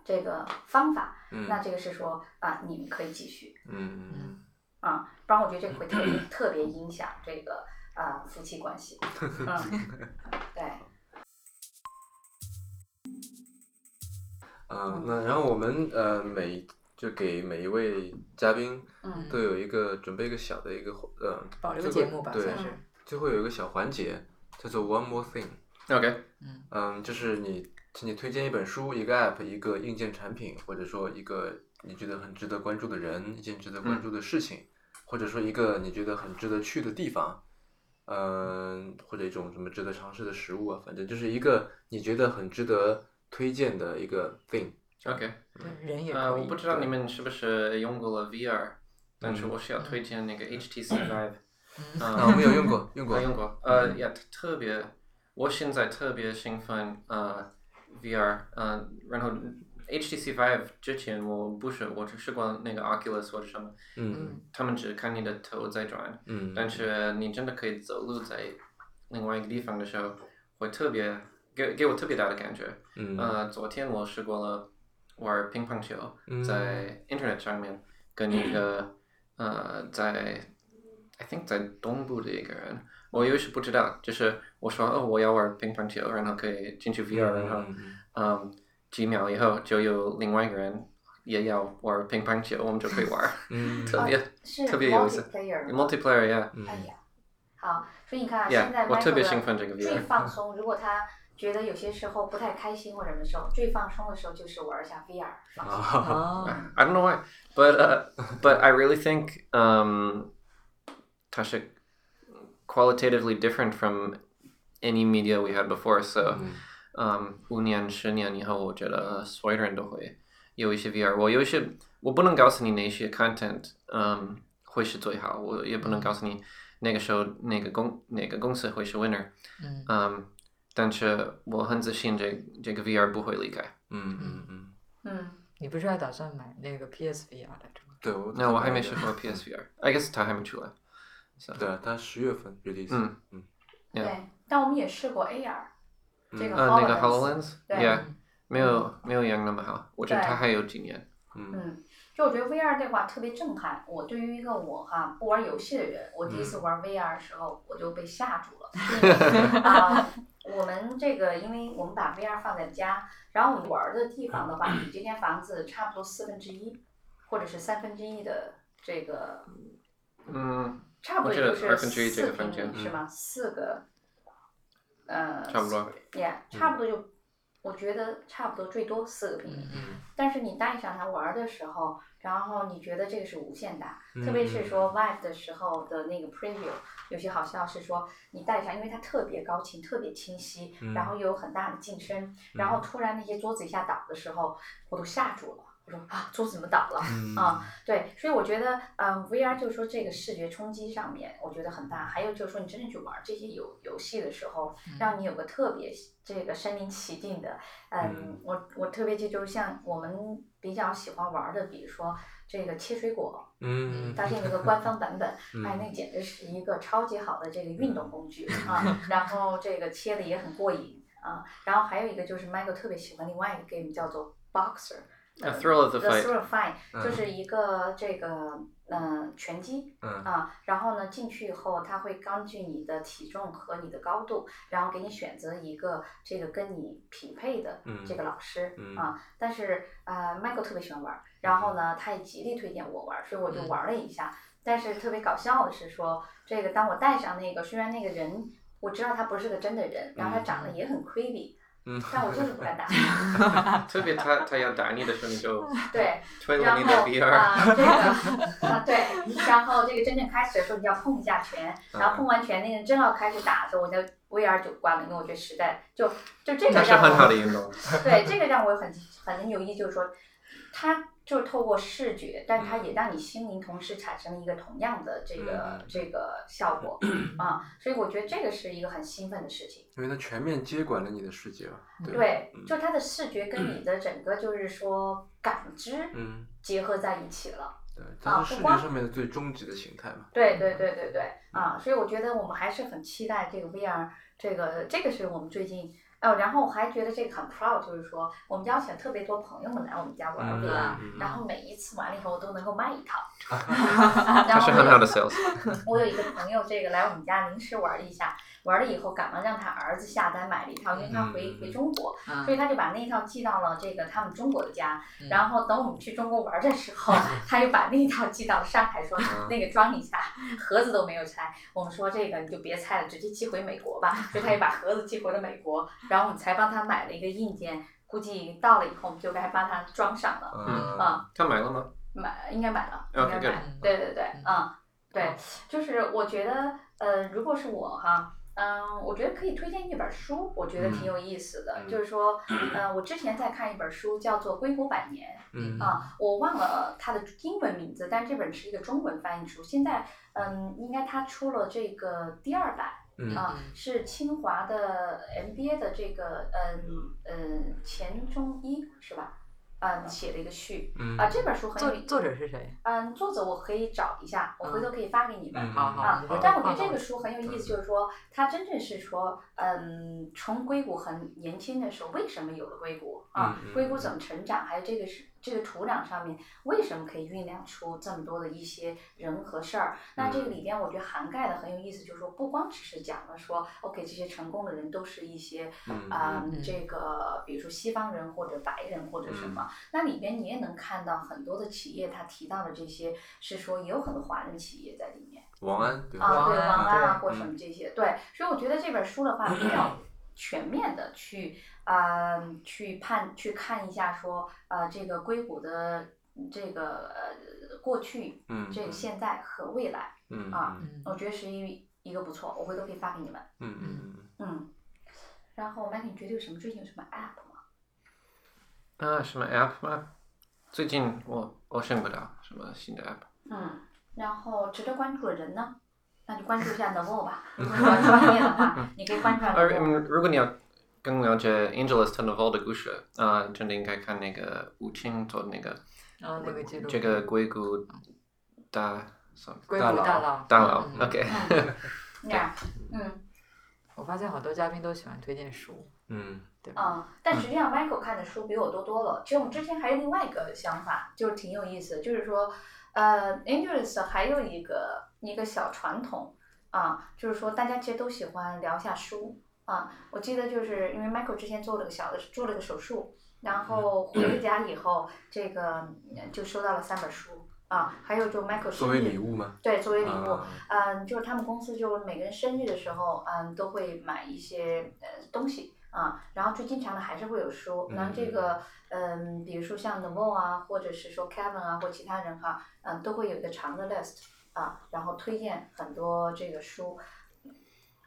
S3: 这个方法，
S1: 嗯
S3: 那这个是说啊、你们可以继续
S1: 嗯嗯
S3: 啊、不然我觉得这个会特别特别影响这个啊、夫妻关 系。嗯，对，
S1: 啊，那然后我们呃每就给每一位嘉宾
S3: 嗯
S1: 都有一个准备一个小的一个呃
S2: 保留
S1: 最
S2: 节
S1: 后
S2: 目吧，
S1: 对
S2: 算，是。嗯
S1: 最后有一个小环节叫做 One More Thing。
S4: OK，
S2: 嗯
S1: 嗯，就是你，请你推荐一本书、一个 app、一个硬件产品，或者说一个你觉得很值得关注的人、一件值得
S4: 嗯
S1: 关注的事情，或者说一个你觉得很值得去的地方，嗯，或者一种什么值得尝试的食物啊，反正就是一个你觉得很值得推荐的一个 thing。
S4: OK，
S2: 对，人也
S4: 呃，
S2: 可以。
S4: 我不知道
S1: 对
S4: 你们是不是用过了 VR，但
S1: 嗯
S4: 是我是要推荐那个 HTC Vive，
S2: 嗯
S1: 啊，我
S4: 嗯，
S1: 们有用过， 用过
S4: 我，用过，呃，也特别，我现在特别兴奋，呃，VR，呃，然后 HTC Vive 之前我不是，我只试过那个 Oculus 或者什么，
S1: 嗯
S2: 嗯
S4: 他们只看你的头在转，
S1: 嗯，
S4: 但是你真的可以走路在另外一个地方的时候，会特别给给我特别大的感觉，
S1: 嗯
S4: 呃，昨天我试过了玩乒乓球
S1: 嗯，
S4: 在 Internet 上面跟一个呃在 I think 在东部的一个人，我一开始不知道，就是我说哦我要玩乒乓球，然后可以进去 VR，然后嗯几秒以后就有另外一个人也要玩乒乓球，我们就可以 玩，
S1: 嗯
S4: 特别
S3: 是
S4: 特别有意思
S3: multiplayer 吗
S4: multiplayer yeah
S1: 嗯
S3: 哎 呀，好，所以你看啊，现在
S4: yeah，我
S3: Michael
S4: 特别
S3: 的
S4: 兴奋这个
S3: 最
S4: VR。
S3: 放松，如果他觉得有些时候不太开心或者什么时候，最放松的时候就是玩一下 VR 放松。
S1: 啊，
S2: 哦，
S4: I don't know why, but uh, but I really think um, Tasha qualitatively different from any media we had before. So
S1: 嗯
S4: um, 五年、十年以后，我觉得所有人都会有一些 VR。我有一些我不能告诉你哪些 um, content，嗯，会是最好。我也不能告诉你那个时候哪个公哪个公司会是 winner。Um,
S2: 嗯
S4: 嗯，但是我很自信这这个 VR 不会离开。那
S1: 嗯嗯嗯，
S3: 嗯，
S2: 你不是还打算买那个 PSVR 来着吗？
S1: 对我
S4: 我还没试过 PSVR，I guess 它还没出来。So
S1: 对啊，它十月份 release，
S4: 嗯
S1: 嗯
S3: 对
S4: yeah。。
S3: 但我们也试过 AR，这个
S4: 呃，那个
S3: HoloLens。对嗯
S4: HoloLens，yeah，没有没有杨那么好，我觉得
S3: 对
S4: 它还有几年。
S1: 嗯
S3: 嗯，就我觉得 VR 这块特别震撼。我对于一个我哈不玩游戏的人，我第一
S4: 嗯
S3: 次玩 VR 的时候，我就被吓住 了。因为啊、我们这个，因为我们把 VR 放在家，然后我们玩的地方的话，比这间房子差不多四分之一，或者是三分之一的这个
S4: 嗯，
S3: 差不多
S4: 我
S3: 也
S4: 觉
S3: 就
S4: 得
S3: 是
S4: 二分之一
S3: 四
S4: 这个房间嗯
S3: 平米是吗？四个，呃，
S4: 差不多。
S3: 也差不多就，我觉得差不多最多四个平米。
S1: 嗯
S3: 但是你带上它玩儿的时候，然后你觉得这个是无限大，
S1: 嗯
S3: 特别是说 Vive 的时候的那个 preview，有些好像是说你带上，因为它特别高清、特别清晰，然后又有很大的进深，然后突然那些桌子一下倒的时候，我都吓住了。我说啊，桌子怎么倒了？
S1: 嗯
S3: 啊，对，所以我觉得，呃，VR 就是说这个视觉冲击上面，我觉得很大。还有就是说，你真正去玩这些游游戏的时候，
S1: 嗯
S3: 让你有个特别这个身临其境的，嗯，
S1: 嗯
S3: 我我特别记就是像我们比较喜欢玩的，比如说这个切水果，
S1: 嗯，
S3: 搭建一个官方版本，
S1: 嗯
S3: 哎，那简直是一个超级好的这个运动工具
S1: 嗯
S3: 啊！然后这个切的也很过瘾啊。然后还有一个就是 Michael 特别喜欢另外一个 game 叫做 Boxer。
S1: 啊
S3: 呃
S4: A thrill of the
S3: The
S4: fight
S3: Thrill Fight
S1: 嗯
S3: 就是一个这个呃拳击
S1: 嗯
S3: 啊，然后呢进去以后，他会根据你的体重和你的高度，然后给你选择一个这个跟你匹配的
S1: 嗯
S3: 这个老师、
S1: 嗯
S3: 啊。但是呃，Michael 特别喜欢玩儿，然后呢，他也极力推荐我玩儿，所以我就
S2: 嗯
S3: 玩了一下。但是特别搞笑的是说，这个当我戴上那个，虽然那个人我知道他不是个真的人，然后他长得也很 creepy，、
S1: 嗯，
S3: 但我就是不敢打他。
S4: 特别他他要打你的时候，你就
S3: 对，
S4: 推了
S3: 然
S4: 你
S3: 后
S4: 的
S3: 啊，
S4: VR，
S3: 这 个啊，对，然后这个真正开始的时候，你要碰一下拳，
S4: 嗯
S3: 然后碰完拳，那个人真要开始打的时候，我就 VR 就关了，因为我觉得实在就就这个
S4: 那是
S3: 让
S4: 很好
S3: 我
S4: 的运动。
S3: 对这个让我很很有意，就是说，它就是透过视觉，但它也让你心灵同时产生了一个同样的这个、
S1: 嗯
S3: 这个效 果啊，所以我觉得这个是一个很兴奋的事情。
S1: 因为它全面接管了你的世界嘛，对吧，
S3: 对，
S1: 嗯
S3: 就它的视觉跟你的整个就是说感知
S1: 嗯，
S3: 结合在一起了。
S1: 对，
S3: 啊
S1: 它是
S3: 不
S1: 视
S3: 光
S1: 觉上面的最终极的形态嘛，
S3: 对对对对对啊！所以我觉得我们还是很期待这个 VR，这个这个是我们最近哦，然后我还觉得这个很 proud，就是说我们邀请特别多朋友们来我们家玩
S1: 嗯
S3: VR，、
S1: 嗯嗯
S3: 然后每一次玩了以后我都能够卖一 套，
S4: 他
S3: 然后
S4: 是
S3: 我
S4: 很好的
S3: 有
S4: sales，
S3: 我有一个朋友这个来我们家临时玩了一下，玩了以后赶忙让他儿子下单买了一套，因为他回
S1: 嗯
S3: 回中国，
S2: 嗯
S3: 所以他就把那一套寄到了这个他们中国的家，
S2: 嗯
S3: 然后等我们去中国玩的时候，他又把那一套寄到上海说，那个装一下，盒子都没有拆。我们说这个你就别拆了，直接寄回美国吧。所以他也把盒子寄回了美国，然后我们才帮他买了一个硬件，估计到了以后我们就该帮他装上了。
S1: 嗯
S3: 啊
S4: 他买了吗？
S3: 买应该买了，应
S4: OK，
S3: 该买了
S2: good
S3: 对对对，
S2: 嗯
S3: 嗯，对，就是我觉得，呃，如果是我哈，嗯、我觉得可以推荐一本书，我觉得挺有意思的，
S1: 嗯
S3: 就是说，嗯、我之前在看一本书叫做《硅谷百年》
S1: 嗯
S3: 啊，我忘了它的英文名字，但这本是一个中文翻译书，现在，嗯，应该它出了这个第二版。
S1: 嗯
S3: 啊
S2: 嗯，
S3: 是清华的 MBA 的这个嗯嗯钱钟一是吧？嗯，写了一个序
S1: 嗯
S3: 啊，这本书很
S2: 作
S3: 有
S2: 作者是谁？
S3: 嗯，作者我可以找一下，我回头可以发给你们。
S1: 嗯
S2: 好好，
S3: 啊
S2: 你回，头
S3: 但我觉
S2: 放
S3: 得这
S2: 到
S3: 个书很有意思，就是说它真正是说，嗯，从硅谷很年轻的时候，为什么有了硅谷啊
S1: 嗯嗯？
S3: 硅谷怎么成长，还有这个是这个土壤上面为什么可以酝酿出这么多的一些人和事儿？那这个
S1: 嗯
S3: 里边我觉得涵盖的很有意思，就是说不光只是讲了说，OK，这些成功的人都是一些
S1: 嗯
S3: 啊、
S2: 嗯
S3: 这个比如说西方人或者白人或者什么，那里边你也能看到很多的企业，它提到的这些是说也有很多华人企业在里面
S1: 王安对
S3: 啊，
S1: 吧？
S2: 王
S3: 对
S2: 安
S3: 王安
S2: 对嗯
S3: 啊或什么这些，对，所以我觉得这本书 的话比较全面的去啊、去判去看一下说呃这个硅谷的这个呃过去、
S1: 嗯
S3: 这个现在和未来，
S1: 嗯
S3: 啊
S1: 嗯
S2: 嗯
S3: 我觉得是一一个不错，我回头可以发给你们，
S1: 嗯嗯
S3: 嗯，然后 Mike，你觉得有什么最近有什么 app 吗？
S4: 啊，什么 app 吗？最近我我想不到什么新的 app。
S3: 嗯，然后值得关注的人呢，那就关注一下 Novo 吧。如果你要专业的话，你可以关注一下
S4: 而嗯
S3: Novo。
S4: 如果你要更了解 Angelus t u n n e v a l 的故事，啊、真的应该看那个吴清做的那个
S2: 然后那个记录
S4: 这个硅谷
S3: 嗯
S4: 大什么
S2: 硅谷大佬
S4: 佬大佬
S2: 嗯
S4: OK，
S3: 那样，嗯
S2: 我发现好多嘉宾都喜欢推荐书，
S1: 嗯
S2: 对吧？
S3: 嗯，但实际上 Michael 看的书比我多多了。其实我们之前还有另外一个想法，就是挺有意思，就是说，呃，Angelus 还有一个一个小传统啊，就是说大家其实都喜欢聊一下书啊。我记得就是因为 Michael 之前做了个小的做了个手术，然后
S1: 嗯
S3: 回了家以后，这个嗯就收到了三本书啊，还有就 Michael
S1: 作为
S3: 生日
S1: 礼物吗？
S3: 对，作为礼物，
S1: 啊
S3: 嗯，就是他们公司就是每个人生日的时候，嗯，都会买一些呃东西啊，然后最经常的还是会有书，然后这个嗯，比如说像 n e v o 啊，或者是说 Kevin 啊，或其他人哈、嗯，都会有一个长的 list 啊，然后推荐很多这个书。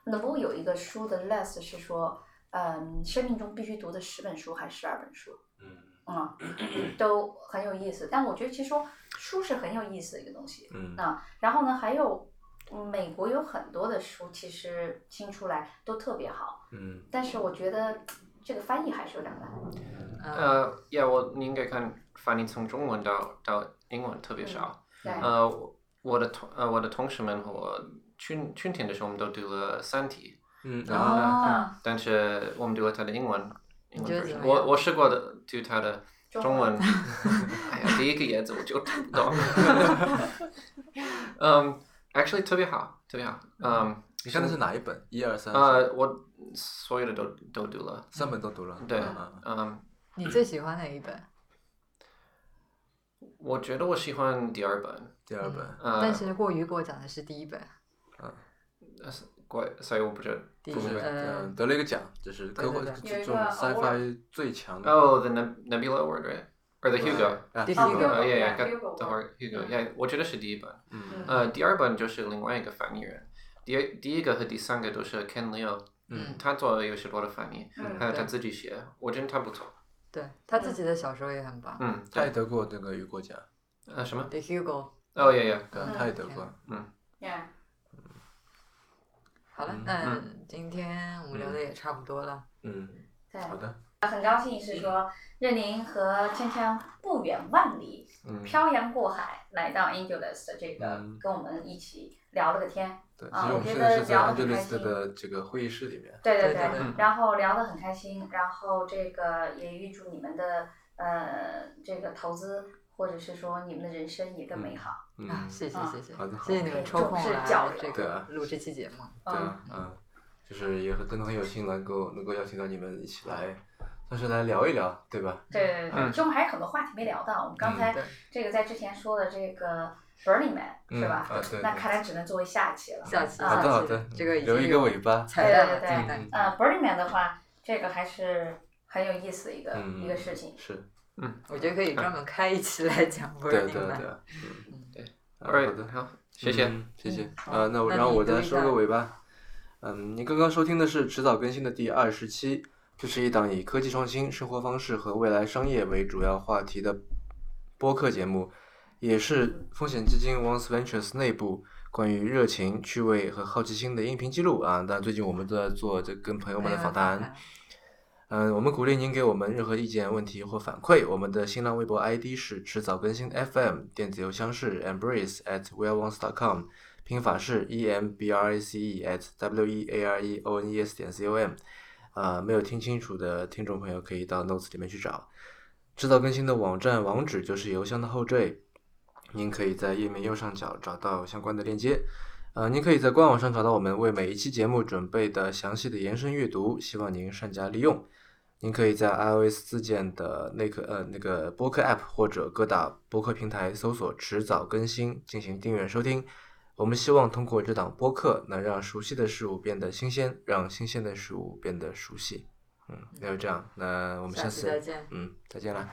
S3: n e v o 有一个书的 list 是说，嗯，生命中必须读的十本书还是十二本书？
S1: 嗯
S3: 嗯， 都很有意思。但我觉得其实说书是很有意思的一个东西。
S1: 嗯
S3: 啊，然后呢，还有嗯美国有很多的书，其实新出来都特别好，
S1: 嗯
S3: 但是我觉得这个翻译还是有点难。
S2: 嗯
S4: 呃，呀，我你应该看翻译从中文到到英文特别少。
S3: 对，
S1: 啊
S2: 嗯
S4: 呃，我我的同呃我的同事们和春春天的时候，我们都读了《三体》。
S1: 嗯，
S4: 然
S1: 然
S4: 后
S1: 后
S4: 呢，
S3: 哦
S4: 但是我们读了他的英文，英
S2: 啊你
S4: 文
S2: 觉得
S4: version
S2: 怎么
S4: 我
S2: 样
S4: 我试过的读他的
S3: 中
S4: 中文，
S3: 文
S4: 哎呀，第一个页子我就读 不懂。嗯、a c t u a l l y 特别好，特别好。嗯、
S1: 你看的是哪一本？一二三，
S4: 呃，我所有的都都读了。
S1: 三本都读了。
S4: 对，
S1: 嗯
S4: 嗯、
S2: 你最喜欢哪一本？
S4: 我觉得我喜欢第二本，
S1: 第二
S3: 嗯
S1: 本，
S4: 呃
S2: 但是过于给我讲的是第一本，
S4: 呃怪，所以我不知道。
S2: 第一
S1: 不是，
S2: 呃
S1: 嗯，得了一个奖，就是科幻
S2: 对
S1: 这
S3: 对
S1: 种
S3: 有一个
S1: sci-fi 最强的。
S4: 哦、t h e Nebula Award, right? Or the Hugo?
S1: 啊
S2: 第
S3: 哦
S2: 四
S4: Hugo,
S2: 个
S4: yeah, yeah,
S3: yeah，
S4: got
S3: Hugo
S4: the award, Hugo, yeah, 我觉得是第一本。
S1: 嗯
S4: 呃，第二本就是另外一个翻译人，第二第一个和第三个都是 Ken Leo，
S1: 嗯
S4: 他做了有许多的翻译，
S3: 嗯
S4: 还有他
S2: 对
S4: 自己写，我觉得他不错。
S2: 对他自己的小说也很棒。
S4: 嗯，
S1: 他也得过那个雨果奖，
S4: 呃，什么？
S2: The Hugo，
S4: 哦，呀呀，
S1: 对啊
S3: 嗯，
S1: 他也得过。
S3: yeah，
S2: 好了
S1: 嗯，
S2: 那今天我们聊的也差不多了。
S1: 嗯，
S3: 对。
S1: 好的，
S3: 很高兴是说，任宁和锵锵不远万里，
S1: 嗯，
S3: 漂洋过海来到 Angelus 的这个
S1: 嗯，
S3: 跟我们一起聊了个天。
S1: 对，其
S3: 啊
S1: 实我
S3: 我
S1: 们
S3: 觉
S1: 现在
S3: 得
S1: 是在
S3: 聊得
S1: 安
S3: 很
S1: 德烈
S3: 开
S1: 斯
S3: 心
S1: 的这个会议室里面。
S3: 对
S2: 对
S3: 对
S2: 对
S3: 对，
S1: 嗯
S2: 对
S3: 然后聊得很开心，然后这个也预祝你们的呃这个投资或者是说你们的人生也更美好。
S2: 啊，
S1: 嗯，
S2: 谢谢
S3: 啊
S2: 谢谢
S1: 好的，好
S2: 谢谢
S1: 的
S2: 你们抽空来这
S1: 对啊
S2: 个录这期节目。
S1: 对啊，嗯，就是也很真的很有幸能够能够邀请到你们一起来，算是来聊一聊，对吧？
S3: 对对对对，
S4: 嗯
S3: 其实我们还有很多话题没聊到，我们
S1: 嗯
S3: 刚才
S2: 对
S3: 这个在之前说的这个 Burning Man
S1: 嗯
S3: 是吧？
S1: 啊对
S3: 那
S1: 对
S3: 看来只能作为下一期了。
S2: 下期
S3: 啊
S1: 嗯好的，
S2: 下
S1: 好
S2: 期
S1: 的，
S2: 这个已经
S1: 留一个
S2: 有
S1: 尾巴。
S2: 彩蛋了嗯
S3: 对对
S2: 彩蛋。
S3: 对呃，Burning Man 的话，这个还是很有意思的一个、
S1: 嗯，
S3: 一个事情。
S1: 是，
S2: 我觉得可以专门开一期来讲 b u r
S1: 对
S2: n
S1: 对
S2: i n
S1: 对啊，嗯，
S4: 对
S1: 啊
S4: ，All
S1: 好的
S4: right，，好，谢谢。
S1: 嗯谢谢
S2: 嗯。好
S1: 呃，那我
S2: 那
S1: 让
S2: 你
S1: 我
S2: 读
S1: 再
S2: 一
S1: 收个
S2: 段
S1: 尾巴。嗯，你刚刚收听的是迟早更新的第二十期，这是一档以科技创新、生活方式和未来商业为主要话题的播客节目，也是风险基金 Once Ventures 内部关于热情、趣味和好奇心的音频记录啊。但最近我们都在做这跟朋友
S2: 哎
S1: 们的访谈。嗯，我们鼓励您给我们任何意见、问题或反馈。我们的新浪微博 ID 是迟早更新 FM，电子邮箱是 embrace at weareones.com，拼法是 e m b r a c e at w e a r e o n e s 点 c o m。啊，没有听清楚的听众朋友可以到 notes 里面去找。迟早更新的网站网址就是邮箱的后缀，您可以在页面右上角找到相关的链接。呃，您可以在官网上找到我们为每一期节目准备的详细的延伸阅读，希望您善加利用。您可以在 iOS 自建的那个呃那个播客 App 或者各大播客平台搜索“迟早更新”进行订阅收听。我们希望通过这档播客，能让熟悉的事物变得新鲜，让新鲜的事物变得熟悉。嗯，那就这样，那我
S2: 我
S1: 们下
S2: 期再
S1: 次
S2: 见。
S1: 嗯再见啦。